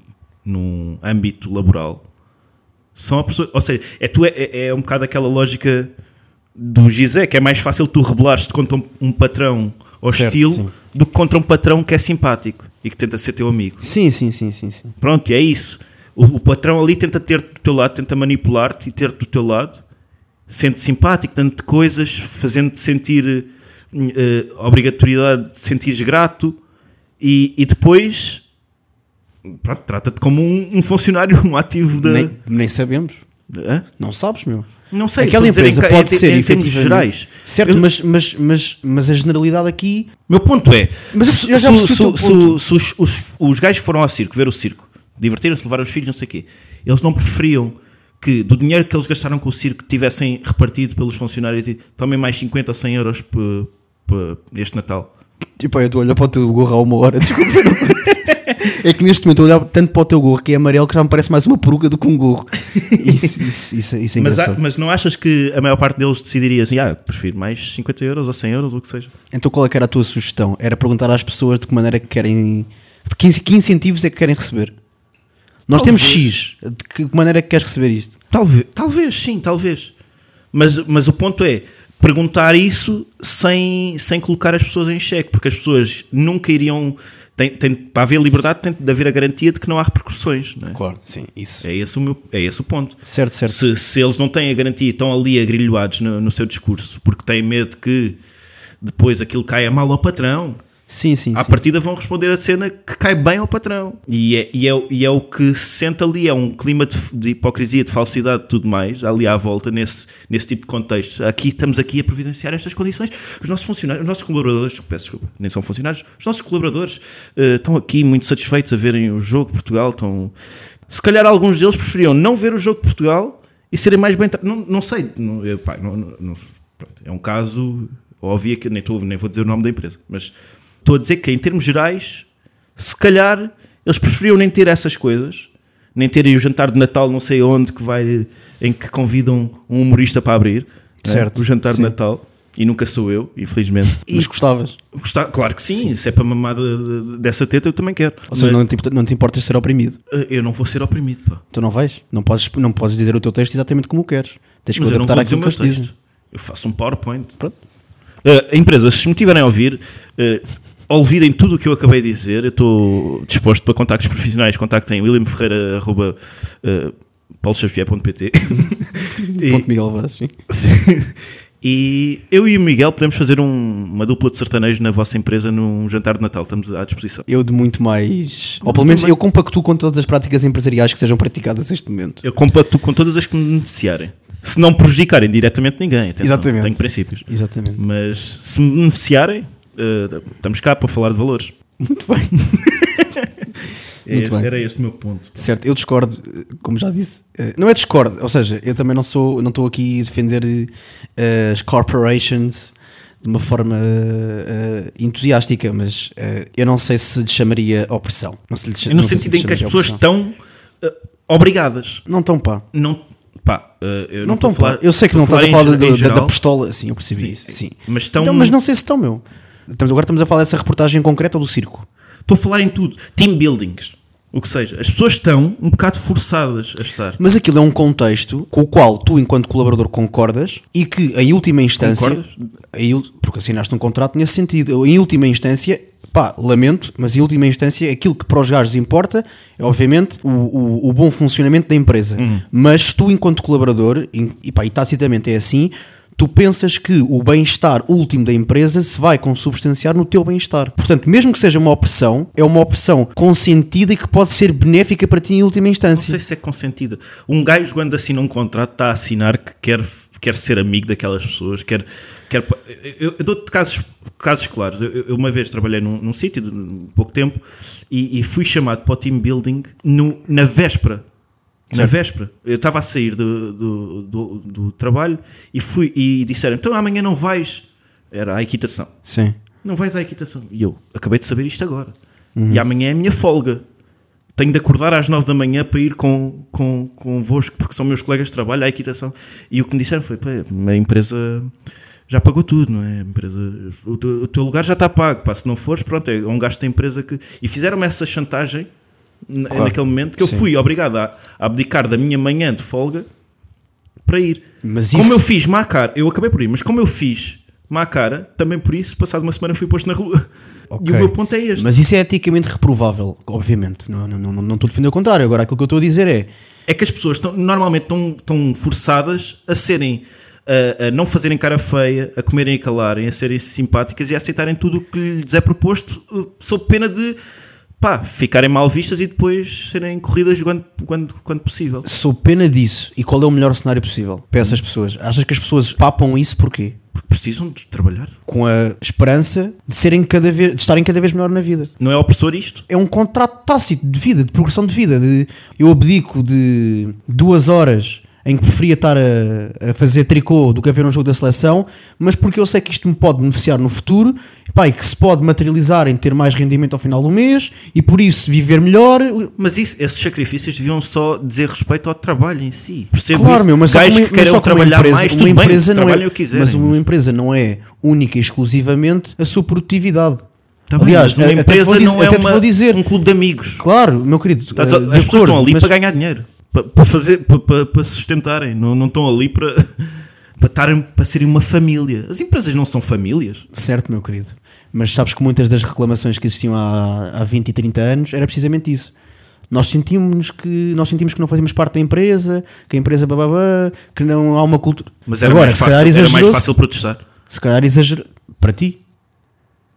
[SPEAKER 4] num âmbito laboral são a pessoa. Ou seja, é, tu é, é- é um bocado aquela lógica do Gizé, que é mais fácil tu rebelares-te contra um, um patrão hostil
[SPEAKER 3] Certo, sim.
[SPEAKER 4] do que contra um patrão que é simpático e que tenta ser teu amigo.
[SPEAKER 3] Sim, sim, sim, sim. sim.
[SPEAKER 4] Pronto, é isso. O, o patrão ali tenta ter-te do teu lado, tenta manipular-te e ter-te do teu lado, sendo simpático, dando-te coisas, fazendo-te sentir eh, eh, obrigatoriedade de sentir grato e, e depois pronto, trata-te como um, um funcionário, um ativo da.
[SPEAKER 3] Nem, nem sabemos.
[SPEAKER 4] Hã?
[SPEAKER 3] Não sabes, meu.
[SPEAKER 4] Não sei,
[SPEAKER 3] Aquela
[SPEAKER 4] estou a
[SPEAKER 3] empresa
[SPEAKER 4] dizer em ca-
[SPEAKER 3] pode
[SPEAKER 4] em-
[SPEAKER 3] ser,
[SPEAKER 4] em termos
[SPEAKER 3] efetivamente.
[SPEAKER 4] gerais.
[SPEAKER 3] Certo,
[SPEAKER 4] Eu-
[SPEAKER 3] mas, mas, mas, mas a generalidade aqui
[SPEAKER 4] Meu ponto é:
[SPEAKER 3] Mas eu-
[SPEAKER 4] se,
[SPEAKER 3] eu já
[SPEAKER 4] se-
[SPEAKER 3] percebi o teu
[SPEAKER 4] se-
[SPEAKER 3] ponto.
[SPEAKER 4] se- se os, os, os gajos foram ao circo, ver o circo, divertiram-se, levaram os filhos, não sei o quê, eles não preferiam que do dinheiro que eles gastaram com o circo tivessem repartido pelos funcionários e tomem mais 50 ou 100 euros pe- pe- este Natal.
[SPEAKER 3] Tipo, eu estou a olhar para o teu gorro há uma hora, <laughs> desculpa. é que neste momento eu olhar tanto para o teu gorro que é amarelo que já me parece mais uma peruca do que um gorro. Isso, isso, isso, isso é
[SPEAKER 4] Mas, há-
[SPEAKER 3] engraçado.
[SPEAKER 4] mas não achas que a maior parte deles decidiria assim, ah, prefiro mais 50 euros ou 100 euros, ou o que seja?
[SPEAKER 3] Então qual é que era a tua sugestão? Era perguntar às pessoas de que maneira é que querem. De que, que incentivos é que querem receber? Nós temos
[SPEAKER 4] Talvez.
[SPEAKER 3] X. De que maneira é que queres receber isto?
[SPEAKER 4] Talvez, talvez sim, talvez. Mas, mas o ponto é perguntar isso sem, sem colocar as pessoas em xeque, porque as pessoas nunca iriam. Tem, tem, para haver liberdade tem de haver a garantia de que não há repercussões. Não é?
[SPEAKER 3] Claro, sim, isso.
[SPEAKER 4] É, esse o meu, é esse o ponto.
[SPEAKER 3] Certo, certo.
[SPEAKER 4] Se, se eles não têm a garantia e estão ali agrilhoados no, no seu discurso porque têm medo que depois aquilo caia mal ao patrão,
[SPEAKER 3] Sim, sim,
[SPEAKER 4] à
[SPEAKER 3] sim.
[SPEAKER 4] partida vão responder a cena que cai bem ao patrão. E é, e é, e é o que se sente ali, é um clima de, de hipocrisia, de falsidade e tudo mais, ali à volta, nesse, nesse tipo de contexto. Aqui estamos aqui a providenciar estas condições. Os nossos funcionários, os nossos colaboradores, peço desculpa, nem são funcionários, os nossos colaboradores eh, estão aqui muito satisfeitos a verem o jogo de Portugal. Estão... Se calhar alguns deles preferiam não ver o jogo de Portugal e serem mais bem. tra- Não, não sei, não, eh, pá, não- não- não- pronto, é um caso óbvio que nem, estou- nem vou dizer o nome da empresa, mas estou a dizer que em termos gerais, se calhar eles preferiam nem ter essas coisas, nem terem o jantar de Natal, não sei onde, que vai, em que convidam um humorista para abrir né?
[SPEAKER 3] Certo,
[SPEAKER 4] o jantar
[SPEAKER 3] sim.
[SPEAKER 4] de Natal. E nunca sou eu, infelizmente.
[SPEAKER 3] Mas gostavas.
[SPEAKER 4] Gostava- claro que sim, se é para mamar de- de- dessa teta, eu também quero.
[SPEAKER 3] Ou seja,
[SPEAKER 4] Mas,
[SPEAKER 3] não te, não te importas de ser oprimido.
[SPEAKER 4] eh, Eu não vou ser oprimido, pá.
[SPEAKER 3] Tu não vais. Não podes, não podes dizer o teu texto exatamente como queres. Tens que
[SPEAKER 4] Mas eu não
[SPEAKER 3] adaptar
[SPEAKER 4] vou dizer o
[SPEAKER 3] aquilo que
[SPEAKER 4] meu
[SPEAKER 3] eles dizem.
[SPEAKER 4] texto. Eu faço um PowerPoint.
[SPEAKER 3] Pronto.
[SPEAKER 4] Eh, empresas, se me tiverem a ouvir, eh, olvidem tudo o que eu acabei de dizer. Eu estou disposto para contactos profissionais. Contactem <laughs> williamferreira.pauloxavier.pt
[SPEAKER 3] Ponto
[SPEAKER 4] eh, e,
[SPEAKER 3] Miguel Vaz, sim.
[SPEAKER 4] e eu e o Miguel podemos fazer um- uma dupla de sertanejo na vossa empresa num jantar de Natal. Estamos à disposição.
[SPEAKER 3] Eu de muito mais. Ou pelo menos eu compactuo com todas as práticas empresariais que sejam praticadas neste momento.
[SPEAKER 4] Eu compacto com todas as que me beneficiarem. Se não prejudicarem diretamente ninguém. Atenção,
[SPEAKER 3] Exatamente.
[SPEAKER 4] Tenho princípios.
[SPEAKER 3] Exatamente.
[SPEAKER 4] Mas se me beneficiarem, eh, estamos cá para falar de valores.
[SPEAKER 3] Muito bem.
[SPEAKER 4] É
[SPEAKER 3] <laughs> Muito
[SPEAKER 4] este-
[SPEAKER 3] bem.
[SPEAKER 4] Era este o meu ponto.
[SPEAKER 3] Certo, eu discordo, eh, como já disse. eh, Não é discordo, ou seja, eu também não sou, não estou aqui a defender eh, as corporations de uma forma eh, entusiástica, mas eh, eu não sei se lhe chamaria opressão. Não se lhe cha-
[SPEAKER 4] É no
[SPEAKER 3] não sei se
[SPEAKER 4] sentido
[SPEAKER 3] lhe
[SPEAKER 4] em que as
[SPEAKER 3] chamaria
[SPEAKER 4] pessoas
[SPEAKER 3] opressão.
[SPEAKER 4] estão eh, obrigadas.
[SPEAKER 3] Não estão, pá.
[SPEAKER 4] Não, pá, eh, eu não,
[SPEAKER 3] Não estão,
[SPEAKER 4] estou a
[SPEAKER 3] pá.
[SPEAKER 4] falar-
[SPEAKER 3] Eu sei que não
[SPEAKER 4] estou
[SPEAKER 3] estás a falar
[SPEAKER 4] em
[SPEAKER 3] da-
[SPEAKER 4] ge- em
[SPEAKER 3] da, da
[SPEAKER 4] geral.
[SPEAKER 3] pistola, sim, eu percebi isso, sim.
[SPEAKER 4] Mas estão-
[SPEAKER 3] Então, mas não sei se estão, meu. Estamos, agora estamos a falar dessa reportagem concreta ou do circo.
[SPEAKER 4] Estou a falar em tudo. Team buildings. O que seja. As pessoas estão um bocado forçadas a estar.
[SPEAKER 3] Mas aquilo é um contexto com o qual tu, enquanto colaborador, concordas e que, em última instância.
[SPEAKER 4] Concordas?
[SPEAKER 3] em ul- porque assinaste um contrato nesse sentido. Eu, Em última instância, pá, lamento, mas em última instância, aquilo que para os gajos importa é, obviamente, o, o- o bom funcionamento da empresa.
[SPEAKER 4] Uhum.
[SPEAKER 3] Mas tu, enquanto colaborador, em- e pá, e tacitamente é assim. Tu pensas que o bem-estar último da empresa se vai consubstanciar no teu bem-estar. Portanto, mesmo que seja uma opressão, é uma opressão consentida e que pode ser benéfica para ti em última
[SPEAKER 4] Não
[SPEAKER 3] instância.
[SPEAKER 4] sei se é consentido. Um gajo, quando assina um contrato, está a assinar que quer, quer ser amigo daquelas pessoas, quer. quer pa- eu eu dou-te casos, casos claros. Eu, eu uma vez trabalhei num, num sítio de um pouco tempo e, e fui chamado para o team building no- na véspera. Na véspera, eu estava a sair do, do, do- do trabalho e fui e disseram: Então amanhã não vais? Era a equitação.
[SPEAKER 3] Sim.
[SPEAKER 4] Não vais à equitação. E eu, acabei de saber isto agora.
[SPEAKER 3] Uhum.
[SPEAKER 4] E amanhã é a minha folga. Tenho de acordar às 9 da manhã para ir com, com, convosco, porque são meus colegas de trabalho à equitação. E o que me disseram foi: "Pá, a empresa já pagou tudo, não é? A empresa, o, teu, o teu lugar já está pago. Pá, se não fores, pronto, é um gasto da empresa que. E fizeram-me essa chantagem na-
[SPEAKER 3] Claro.
[SPEAKER 4] naquele momento que eu
[SPEAKER 3] Sim.
[SPEAKER 4] fui obrigado a, a abdicar da minha manhã de folga para ir.
[SPEAKER 3] Mas
[SPEAKER 4] como
[SPEAKER 3] isso-
[SPEAKER 4] eu fiz má cara, eu acabei por ir, mas como eu fiz má cara, também por isso, passado uma semana fui posto na rua. <laughs> E o meu ponto é este.
[SPEAKER 3] Mas isso é eticamente reprovável, obviamente. Não, não, não, não estou a defender o contrário. Agora, aquilo que eu estou a dizer é.
[SPEAKER 4] É que as pessoas tão- normalmente estão tão forçadas a serem. A, a não fazerem cara feia, a comerem e calarem, a serem simpáticas e a aceitarem tudo o que lhes é proposto, eh, sob pena de pá, ficarem mal vistas e depois serem corridas quando, quando, quando possível.
[SPEAKER 3] Sou pena disso. E qual é o melhor cenário possível para essas pessoas? Achas que as pessoas papam isso porquê?
[SPEAKER 4] Porque precisam de trabalhar.
[SPEAKER 3] Com a esperança de, serem cada vez, de estarem cada vez melhor na vida.
[SPEAKER 4] Não é opressor isto?
[SPEAKER 3] É um contrato tácito de vida, de progressão de vida. De, eu abdico de duas horas em que preferia estar a, a fazer tricô do que a ver um jogo da seleção, mas porque eu sei que isto me pode beneficiar no futuro pá, e que se pode materializar em ter mais rendimento ao final do mês e por isso viver melhor.
[SPEAKER 4] Mas isso, esses sacrifícios deviam só dizer respeito ao trabalho em si. Percebo
[SPEAKER 3] Claro,
[SPEAKER 4] isso.
[SPEAKER 3] meu, mas, só
[SPEAKER 4] Gajos
[SPEAKER 3] que uma,
[SPEAKER 4] que
[SPEAKER 3] mas só
[SPEAKER 4] querem
[SPEAKER 3] que uma
[SPEAKER 4] trabalhar
[SPEAKER 3] empresa,
[SPEAKER 4] mais,
[SPEAKER 3] uma
[SPEAKER 4] tudo bem,
[SPEAKER 3] empresa não
[SPEAKER 4] trabalhem
[SPEAKER 3] é,
[SPEAKER 4] o que quiserem.
[SPEAKER 3] mas uma empresa não é única e exclusivamente a sua produtividade.
[SPEAKER 4] Tá bem,
[SPEAKER 3] Aliás,
[SPEAKER 4] mas
[SPEAKER 3] a-
[SPEAKER 4] uma
[SPEAKER 3] até, te
[SPEAKER 4] empresa
[SPEAKER 3] vou, dizer-
[SPEAKER 4] não é
[SPEAKER 3] até te
[SPEAKER 4] uma-
[SPEAKER 3] vou dizer,
[SPEAKER 4] um clube de amigos.
[SPEAKER 3] claro, meu querido,
[SPEAKER 4] Estás
[SPEAKER 3] eh,
[SPEAKER 4] a-
[SPEAKER 3] de
[SPEAKER 4] as pessoas
[SPEAKER 3] acordo,
[SPEAKER 4] estão ali
[SPEAKER 3] mas-
[SPEAKER 4] para ganhar dinheiro, para, para fazer, para, para- para se sustentarem, não, não estão ali para, <laughs> para, estarem, para serem uma família. As empresas não são famílias.
[SPEAKER 3] Certo, meu querido. Mas sabes que muitas das reclamações que existiam há, há 20 e 30 anos era precisamente isso. Nós sentimos que nós sentimos que não fazíamos parte da empresa, que a empresa bababá, que não há uma cultura.
[SPEAKER 4] Mas era,
[SPEAKER 3] Agora,
[SPEAKER 4] mais,
[SPEAKER 3] se
[SPEAKER 4] fácil,
[SPEAKER 3] calhar
[SPEAKER 4] era mais
[SPEAKER 3] exagerou-se.
[SPEAKER 4] fácil protestar.
[SPEAKER 3] Se calhar exagerou para ti.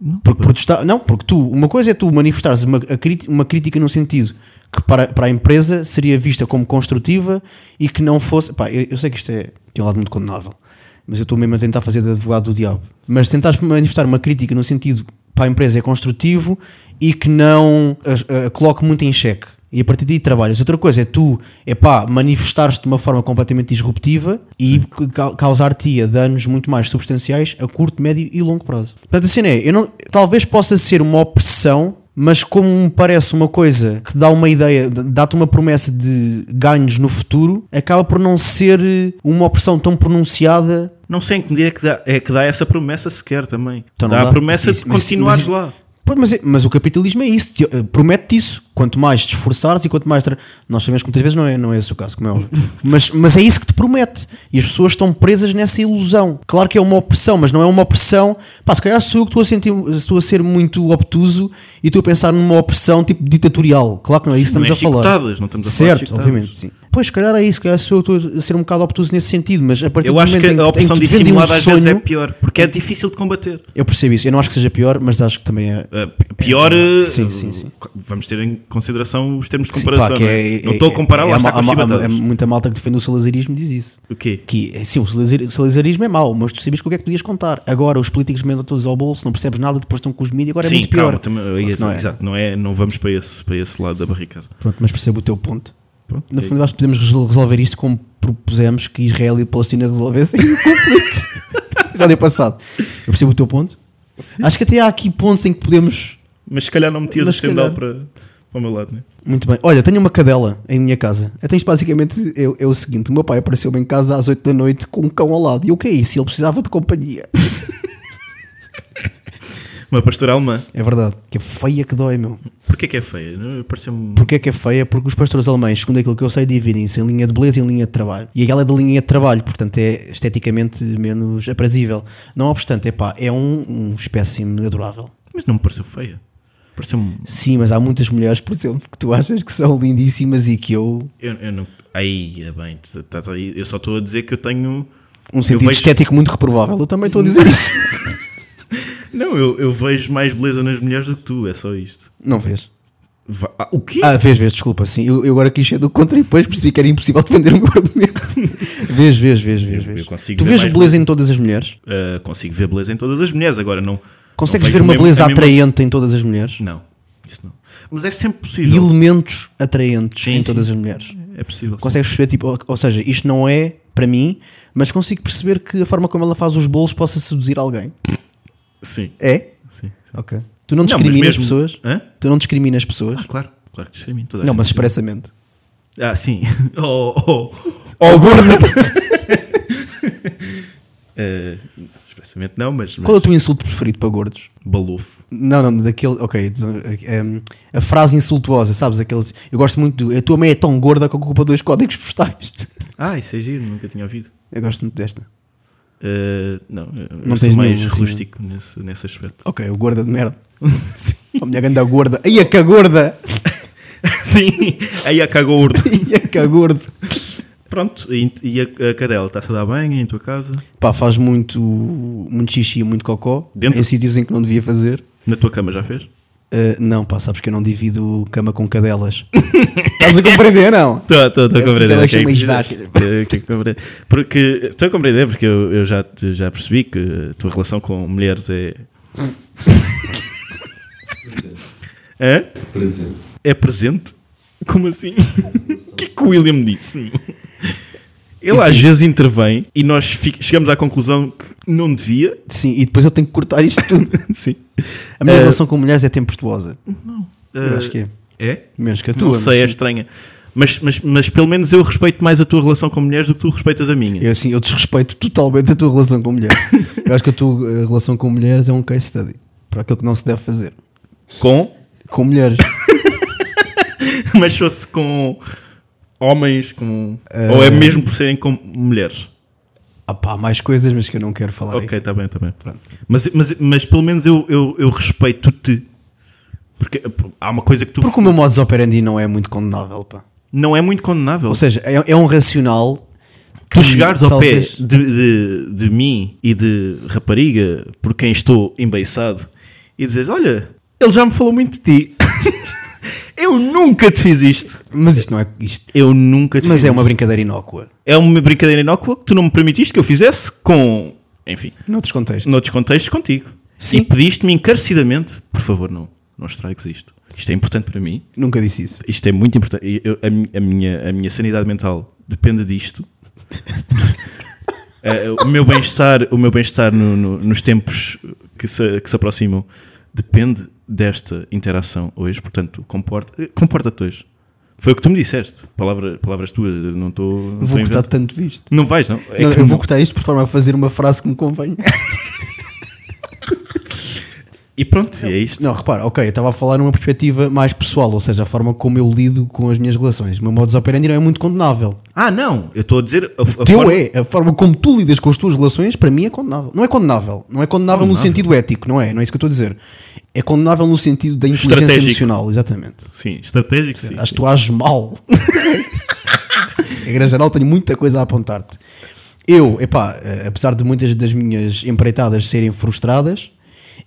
[SPEAKER 4] Não,
[SPEAKER 3] Porque protestar, não, porque tu, uma coisa é tu manifestares uma, a criti- uma crítica no sentido que para, para a empresa seria vista como construtiva e que não fosse, pá, eu, eu sei que isto é, tem um lado muito condenável, mas eu estou mesmo a tentar fazer de advogado do diabo. Mas tentares manifestar uma crítica no sentido para a empresa é construtivo e que não a, a coloque muito em xeque. E a partir daí trabalhas. Outra coisa é tu, é pá, manifestares-te de uma forma completamente disruptiva e ca- causar-te danos muito mais substanciais a curto, médio e longo prazo. Portanto, assim é, eu não, talvez possa ser uma opressão, mas como me parece uma coisa que dá uma ideia, d- dá-te uma promessa de ganhos no futuro, acaba por não ser eh, uma opressão tão pronunciada.
[SPEAKER 4] Não sei em que medida é que dá, é que dá essa promessa sequer também.
[SPEAKER 3] Então não
[SPEAKER 4] dá, a promessa
[SPEAKER 3] Mas
[SPEAKER 4] de
[SPEAKER 3] isso- mas-
[SPEAKER 4] continuares
[SPEAKER 3] mas-
[SPEAKER 4] lá.
[SPEAKER 3] Pois, Mas, é- mas o capitalismo é isso, te- eh, promete-te isso. Quanto mais te esforçares e quanto mais. tra- Nós sabemos que muitas vezes não é, não é esse o caso, como é
[SPEAKER 4] <laughs>
[SPEAKER 3] óbvio. mas, mas é isso que te promete. E as pessoas estão presas nessa ilusão. Claro que é uma opressão, mas não é uma opressão. Pá, se calhar sou eu que estou a, sentir, estou a ser muito obtuso e estou a pensar numa opressão tipo ditatorial. Claro que não é isso que
[SPEAKER 4] Não
[SPEAKER 3] estamos
[SPEAKER 4] é
[SPEAKER 3] a falar.
[SPEAKER 4] chicotadas, não estamos a falar de
[SPEAKER 3] certo,
[SPEAKER 4] chicotadas.
[SPEAKER 3] obviamente, sim. Pois, se calhar é isso, se calhar sou eu que estou a ser um bocado obtuso nesse sentido, mas a partir
[SPEAKER 4] Eu
[SPEAKER 3] do
[SPEAKER 4] acho
[SPEAKER 3] momento
[SPEAKER 4] que
[SPEAKER 3] em
[SPEAKER 4] a
[SPEAKER 3] em
[SPEAKER 4] opção
[SPEAKER 3] te vendem
[SPEAKER 4] dissimulada
[SPEAKER 3] um
[SPEAKER 4] às vezes é
[SPEAKER 3] sonho-
[SPEAKER 4] pior, porque é difícil de combater.
[SPEAKER 3] Eu percebo isso, eu não acho que seja pior, mas acho que também é,
[SPEAKER 4] Uh, Pior,
[SPEAKER 3] É,
[SPEAKER 4] uh,
[SPEAKER 3] sim, sim, sim.
[SPEAKER 4] vamos ter em consideração os termos de
[SPEAKER 3] Sim,
[SPEAKER 4] comparação.
[SPEAKER 3] pá, que
[SPEAKER 4] não é? não estou a comparar
[SPEAKER 3] é,
[SPEAKER 4] lá,
[SPEAKER 3] há
[SPEAKER 4] está
[SPEAKER 3] ma- há
[SPEAKER 4] com
[SPEAKER 3] ma- há ma-
[SPEAKER 4] chibatadas.
[SPEAKER 3] é muita malta que defende o salazarismo diz isso.
[SPEAKER 4] O quê?
[SPEAKER 3] Que, sim, o salazar- o salazarismo é mau, mas tu sabias com o que é que podias contar. Agora os políticos mandam todos ao bolso, não percebes nada, depois estão com os mídias, agora é
[SPEAKER 4] Sim,
[SPEAKER 3] muito
[SPEAKER 4] calma,
[SPEAKER 3] pior.
[SPEAKER 4] também- eh,
[SPEAKER 3] Pronto,
[SPEAKER 4] exato,
[SPEAKER 3] não
[SPEAKER 4] não
[SPEAKER 3] é?
[SPEAKER 4] não, é, não vamos para esse, para esse lado da barricada.
[SPEAKER 3] Pronto, mas percebo o teu ponto.
[SPEAKER 4] Pronto,
[SPEAKER 3] No
[SPEAKER 4] é-
[SPEAKER 3] fundo, acho que podemos resol- resolver isto como propusemos que Israel e a Palestina resolvessem o conflito. <laughs> Já deu passado. Eu percebo o teu ponto. Acho que até há aqui pontos em que podemos
[SPEAKER 4] Mas se calhar não metias
[SPEAKER 3] Mas
[SPEAKER 4] o
[SPEAKER 3] se
[SPEAKER 4] estendal
[SPEAKER 3] calhar.
[SPEAKER 4] para, para o meu lado, né?
[SPEAKER 3] Muito bem. Olha, tenho uma cadela em minha casa. Então isto basicamente é, é o seguinte: o meu pai apareceu-me em casa às 8 da noite com um cão ao lado. E eu, o que é isso? Ele precisava de companhia.
[SPEAKER 4] Uma pastora alemã.
[SPEAKER 3] É verdade. Que é feia que dói, meu.
[SPEAKER 4] Porquê que é feia? Não, Pareceu-me.
[SPEAKER 3] Porquê que é feia? Porque os pastores alemães, segundo aquilo que eu sei, dividem-se em linha de beleza e em linha de trabalho. E aquela é da linha de trabalho, portanto é esteticamente menos aprazível. Não obstante, epá, é um, um espécime adorável.
[SPEAKER 4] Mas não me pareceu feia. Pareceu-me.
[SPEAKER 3] Sim, mas há muitas mulheres, por exemplo, que tu achas que são lindíssimas e que eu.
[SPEAKER 4] Eu, eu não. Aí, é bem, tu estás aí. Eu só estou a dizer que eu tenho.
[SPEAKER 3] Um
[SPEAKER 4] eu
[SPEAKER 3] sentido
[SPEAKER 4] vejo-
[SPEAKER 3] estético muito reprovável. Eu também estou a dizer isso.
[SPEAKER 4] Não, eu, eu vejo mais beleza nas mulheres do que tu, é só isto.
[SPEAKER 3] Não vês?
[SPEAKER 4] Va- Ah, o quê?
[SPEAKER 3] Ah, vês, vês, desculpa, sim. Eu, eu agora quis ser do contra e depois percebi que era impossível defender o meu
[SPEAKER 4] <laughs>
[SPEAKER 3] argumento. vês, vês, vês, vês.
[SPEAKER 4] Eu- eu
[SPEAKER 3] vês.
[SPEAKER 4] consigo
[SPEAKER 3] tu
[SPEAKER 4] ver
[SPEAKER 3] vês
[SPEAKER 4] mais
[SPEAKER 3] beleza em todas as mulheres?
[SPEAKER 4] Ah, consigo ver beleza em todas as mulheres, agora não.
[SPEAKER 3] Consegues
[SPEAKER 4] não
[SPEAKER 3] ver
[SPEAKER 4] vejo
[SPEAKER 3] uma
[SPEAKER 4] mesmo-
[SPEAKER 3] beleza
[SPEAKER 4] a mesma-
[SPEAKER 3] atraente em todas as mulheres?
[SPEAKER 4] Não, isso não. Mas é sempre
[SPEAKER 3] E
[SPEAKER 4] possível.
[SPEAKER 3] elementos atraentes
[SPEAKER 4] Sim,
[SPEAKER 3] em
[SPEAKER 4] sim.
[SPEAKER 3] todas as mulheres?
[SPEAKER 4] É possível. sim.
[SPEAKER 3] Consegues perceber, tipo, ou, ou seja, isto não é para mim, mas consigo perceber que a forma como ela faz os bolos possa seduzir alguém.
[SPEAKER 4] Sim.
[SPEAKER 3] É?
[SPEAKER 4] Sim. sim.
[SPEAKER 3] Ok. Tu não
[SPEAKER 4] mas
[SPEAKER 3] discriminas
[SPEAKER 4] mesmo-
[SPEAKER 3] pessoas?
[SPEAKER 4] Hã?
[SPEAKER 3] Tu não discriminas pessoas?
[SPEAKER 4] Ah, claro. Claro que discrimino. toda a
[SPEAKER 3] não,
[SPEAKER 4] gente.
[SPEAKER 3] mas expressamente.
[SPEAKER 4] Ah, sim. <laughs> Oh, oh.
[SPEAKER 3] Oh, gordo!
[SPEAKER 4] <laughs> Eh, expressamente não, mas, mas
[SPEAKER 3] Qual é o teu insulto preferido para gordos?
[SPEAKER 4] balofo.
[SPEAKER 3] Não, não, daquele. Ok. de- um, a frase insultuosa, sabes? Aqueles. Eu gosto muito do. A tua mãe é tão gorda que ocupa dois códigos postais. <laughs>
[SPEAKER 4] Ah, isso é giro, nunca tinha ouvido.
[SPEAKER 3] Eu gosto muito desta.
[SPEAKER 4] Eh, não, eu
[SPEAKER 3] Não
[SPEAKER 4] sou
[SPEAKER 3] tens
[SPEAKER 4] mais
[SPEAKER 3] nenhum, assim,
[SPEAKER 4] rústico nesse, nesse aspecto. <laughs>
[SPEAKER 3] Ok, o gorda de merda.
[SPEAKER 4] sim.
[SPEAKER 3] A mulher ganda gorda. Ai, a que gorda! <laughs>
[SPEAKER 4] sim, aí a cagou urdo.
[SPEAKER 3] Ai, a que gordo!
[SPEAKER 4] Pronto, e, e a, a cadela está-se a dar bem em tua casa?
[SPEAKER 3] Pá, faz muito, muito xixi e muito cocó.
[SPEAKER 4] Dentro?
[SPEAKER 3] Em sítios em que não devia fazer.
[SPEAKER 4] Na tua cama já fez?
[SPEAKER 3] Uh, não, pá, sabes que eu não divido cama com cadelas. <laughs> Estás a compreender, não?
[SPEAKER 4] Estou,
[SPEAKER 3] É
[SPEAKER 4] estou, estou a
[SPEAKER 3] porque
[SPEAKER 4] compreender.
[SPEAKER 3] ela
[SPEAKER 4] ok.
[SPEAKER 3] chama Isvasca.
[SPEAKER 4] Que- que compreendo. Porque estou a compreender, porque eu, eu já, te- já percebi que a tua relação com mulheres
[SPEAKER 3] <laughs>
[SPEAKER 4] é. é? Presente. É presente? Como assim? O que é que o William disse? meu? Ele às vezes intervém e nós fi- chegamos à conclusão que não devia.
[SPEAKER 3] Sim, e depois eu tenho que cortar isto tudo.
[SPEAKER 4] Sim.
[SPEAKER 3] A minha
[SPEAKER 4] Eh,
[SPEAKER 3] relação com mulheres é tempestuosa. Eu acho que é.
[SPEAKER 4] É?
[SPEAKER 3] Menos que a tua.
[SPEAKER 4] Não
[SPEAKER 3] mas
[SPEAKER 4] sei, é
[SPEAKER 3] sim.
[SPEAKER 4] estranha. Mas, mas, mas pelo menos eu respeito mais a tua relação com mulheres do que tu respeitas a minha.
[SPEAKER 3] Eu, assim, eu desrespeito totalmente a tua relação com
[SPEAKER 4] <laughs>
[SPEAKER 3] mulheres. eu acho que a tua eh, relação com mulheres é um case study para aquilo que não se deve fazer.
[SPEAKER 4] Com,
[SPEAKER 3] Com
[SPEAKER 4] <laughs>
[SPEAKER 3] mulheres.
[SPEAKER 4] mas fosse com homens, com. Ou
[SPEAKER 3] Eh,
[SPEAKER 4] é mesmo por serem com mulheres.
[SPEAKER 3] ah pá, mais coisas, mas que eu não quero falar.
[SPEAKER 4] Ok,
[SPEAKER 3] aqui.
[SPEAKER 4] está bem, está bem. pronto. Mas, mas, mas pelo menos eu, eu, eu respeito-te. Porque há uma coisa que tu.
[SPEAKER 3] Porque o meu modus operandi não é muito condenável, pá.
[SPEAKER 4] Não é muito condenável.
[SPEAKER 3] Ou seja, é, é um racional.
[SPEAKER 4] tu chegares ao
[SPEAKER 3] talvez-
[SPEAKER 4] pé de, de, de mim e de rapariga por quem estou embeiçado e dizes: Olha, ele já me falou muito de ti. <laughs> eu nunca te fiz isto.
[SPEAKER 3] Mas isto não é isto.
[SPEAKER 4] Eu nunca te
[SPEAKER 3] Mas
[SPEAKER 4] fiz
[SPEAKER 3] é
[SPEAKER 4] isto.
[SPEAKER 3] uma brincadeira inócua.
[SPEAKER 4] é uma brincadeira inócua que tu não me permitiste que eu fizesse com. Enfim,
[SPEAKER 3] Noutros contextos.
[SPEAKER 4] noutros contextos contigo.
[SPEAKER 3] Sim.
[SPEAKER 4] E pediste-me encarecidamente: Por favor, não, não estragues isto. Isto é importante para mim.
[SPEAKER 3] Nunca disse isso.
[SPEAKER 4] Isto é muito importante. E eu- a, mi- a minha, a minha sanidade mental depende disto. <laughs> Eh, o meu bem-estar, o meu bem-estar no- no- nos tempos que se, que se aproximam depende desta interação hoje. Portanto, comporta- eh, comporta-te hoje. Foi o que tu me disseste. Palavra, palavras tuas. eu Não estou.
[SPEAKER 3] Vou
[SPEAKER 4] não estou a
[SPEAKER 3] cortar
[SPEAKER 4] inventar.
[SPEAKER 3] tanto isto.
[SPEAKER 4] Não vais, não. É
[SPEAKER 3] Não,
[SPEAKER 4] que
[SPEAKER 3] eu
[SPEAKER 4] não.
[SPEAKER 3] vou cortar isto por forma a fazer uma frase que me convenha.
[SPEAKER 4] E pronto, e é isto.
[SPEAKER 3] Não, repara, ok, eu estava a falar numa perspectiva mais pessoal, ou seja, a forma como eu lido com as minhas relações. O meu modus operandi não é muito condenável.
[SPEAKER 4] Ah, não. Eu estou a dizer. A, a
[SPEAKER 3] Teu
[SPEAKER 4] forma-
[SPEAKER 3] é, a forma como tu lidas com as tuas relações, para mim é condenável. Não é condenável, não é condenável no
[SPEAKER 4] Condenável.
[SPEAKER 3] sentido ético, não é? Não é isso que eu estou a dizer. É condenável no sentido da inteligência
[SPEAKER 4] Estratégico.
[SPEAKER 3] emocional, exatamente.
[SPEAKER 4] Sim, estratégico, sim.
[SPEAKER 3] Acho que tu ages mal. <laughs> em grande geral, tenho muita coisa a apontar-te. Eu, epá, eh, apesar de muitas das minhas empreitadas serem frustradas,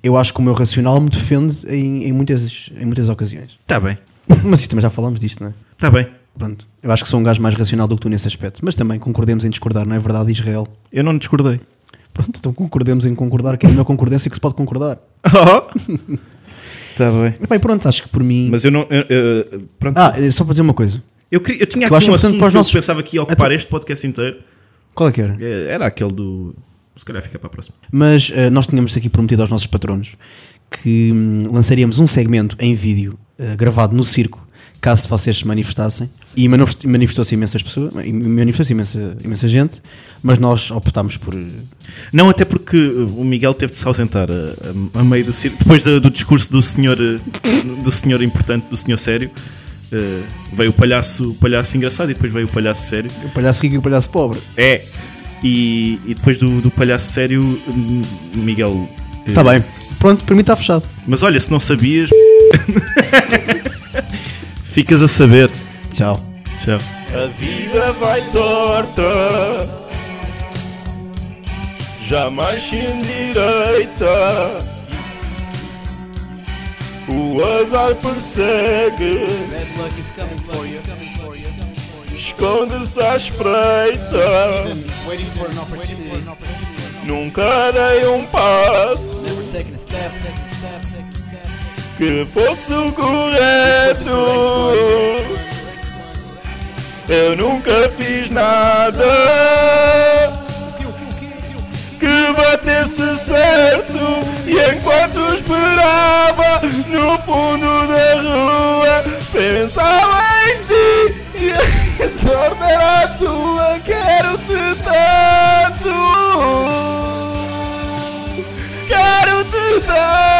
[SPEAKER 3] eu acho que o meu racional me defende em, em muitas, em muitas ocasiões.
[SPEAKER 4] Está tá bem.
[SPEAKER 3] <laughs> Mas isso também já falámos disto, não é?
[SPEAKER 4] Está bem.
[SPEAKER 3] Pronto, eu acho que sou um gajo mais racional do que tu nesse aspecto, mas também concordemos em discordar, não é verdade, Israel?
[SPEAKER 4] Eu não <laughs> discordei.
[SPEAKER 3] Pronto, então concordemos em concordar, que é a melhor concordância que se pode concordar.
[SPEAKER 4] Está Tá bem.
[SPEAKER 3] Epá, e pronto, acho que por mim.
[SPEAKER 4] Mas eu não. eu- eu- pronto.
[SPEAKER 3] Ah, eh, só para dizer uma coisa.
[SPEAKER 4] eu, queria, eu tinha
[SPEAKER 3] que eu
[SPEAKER 4] aqui
[SPEAKER 3] acho
[SPEAKER 4] um
[SPEAKER 3] importante
[SPEAKER 4] assunto
[SPEAKER 3] para os
[SPEAKER 4] que
[SPEAKER 3] nossos-
[SPEAKER 4] eu pensava que ia ocupar este podcast inteiro.
[SPEAKER 3] Qual é que era?
[SPEAKER 4] É, Era aquele do. Se calhar fica para a próxima.
[SPEAKER 3] Mas eh, nós tínhamos aqui prometido aos nossos patronos que hum, lançaríamos um segmento em vídeo eh, gravado no circo, caso vocês se manifestassem. E manif- manifestou-se imensas pessoas, e manifestou-se imensa, imensa gente, mas nós optámos por. eh,
[SPEAKER 4] Não, até porque uh, o Miguel teve de se ausentar uh, a, a- a meio do circo. Depois do, do discurso do senhor, eh, do senhor importante, do senhor sério. eh, veio o palhaço, o palhaço engraçado e depois veio o palhaço sério.
[SPEAKER 3] O palhaço rico e o palhaço pobre.
[SPEAKER 4] É. E, e depois do, do palhaço sério, hum, Miguel. eh,
[SPEAKER 3] Está Tá bem. Pronto, para mim está fechado.
[SPEAKER 4] Mas olha, se não sabias. <laughs> ficas a saber.
[SPEAKER 3] Tchau.
[SPEAKER 4] Tchau.
[SPEAKER 5] A vida vai torta, jamais sem direita. O azar persegue, esconde-se à espreita. Nunca dei um passo que fosse o correto. Eu nunca fiz nada que batesse certo e a no fundo da rua pensava em ti. E a sorte era a tua, quero-te tanto. Quero-te tanto.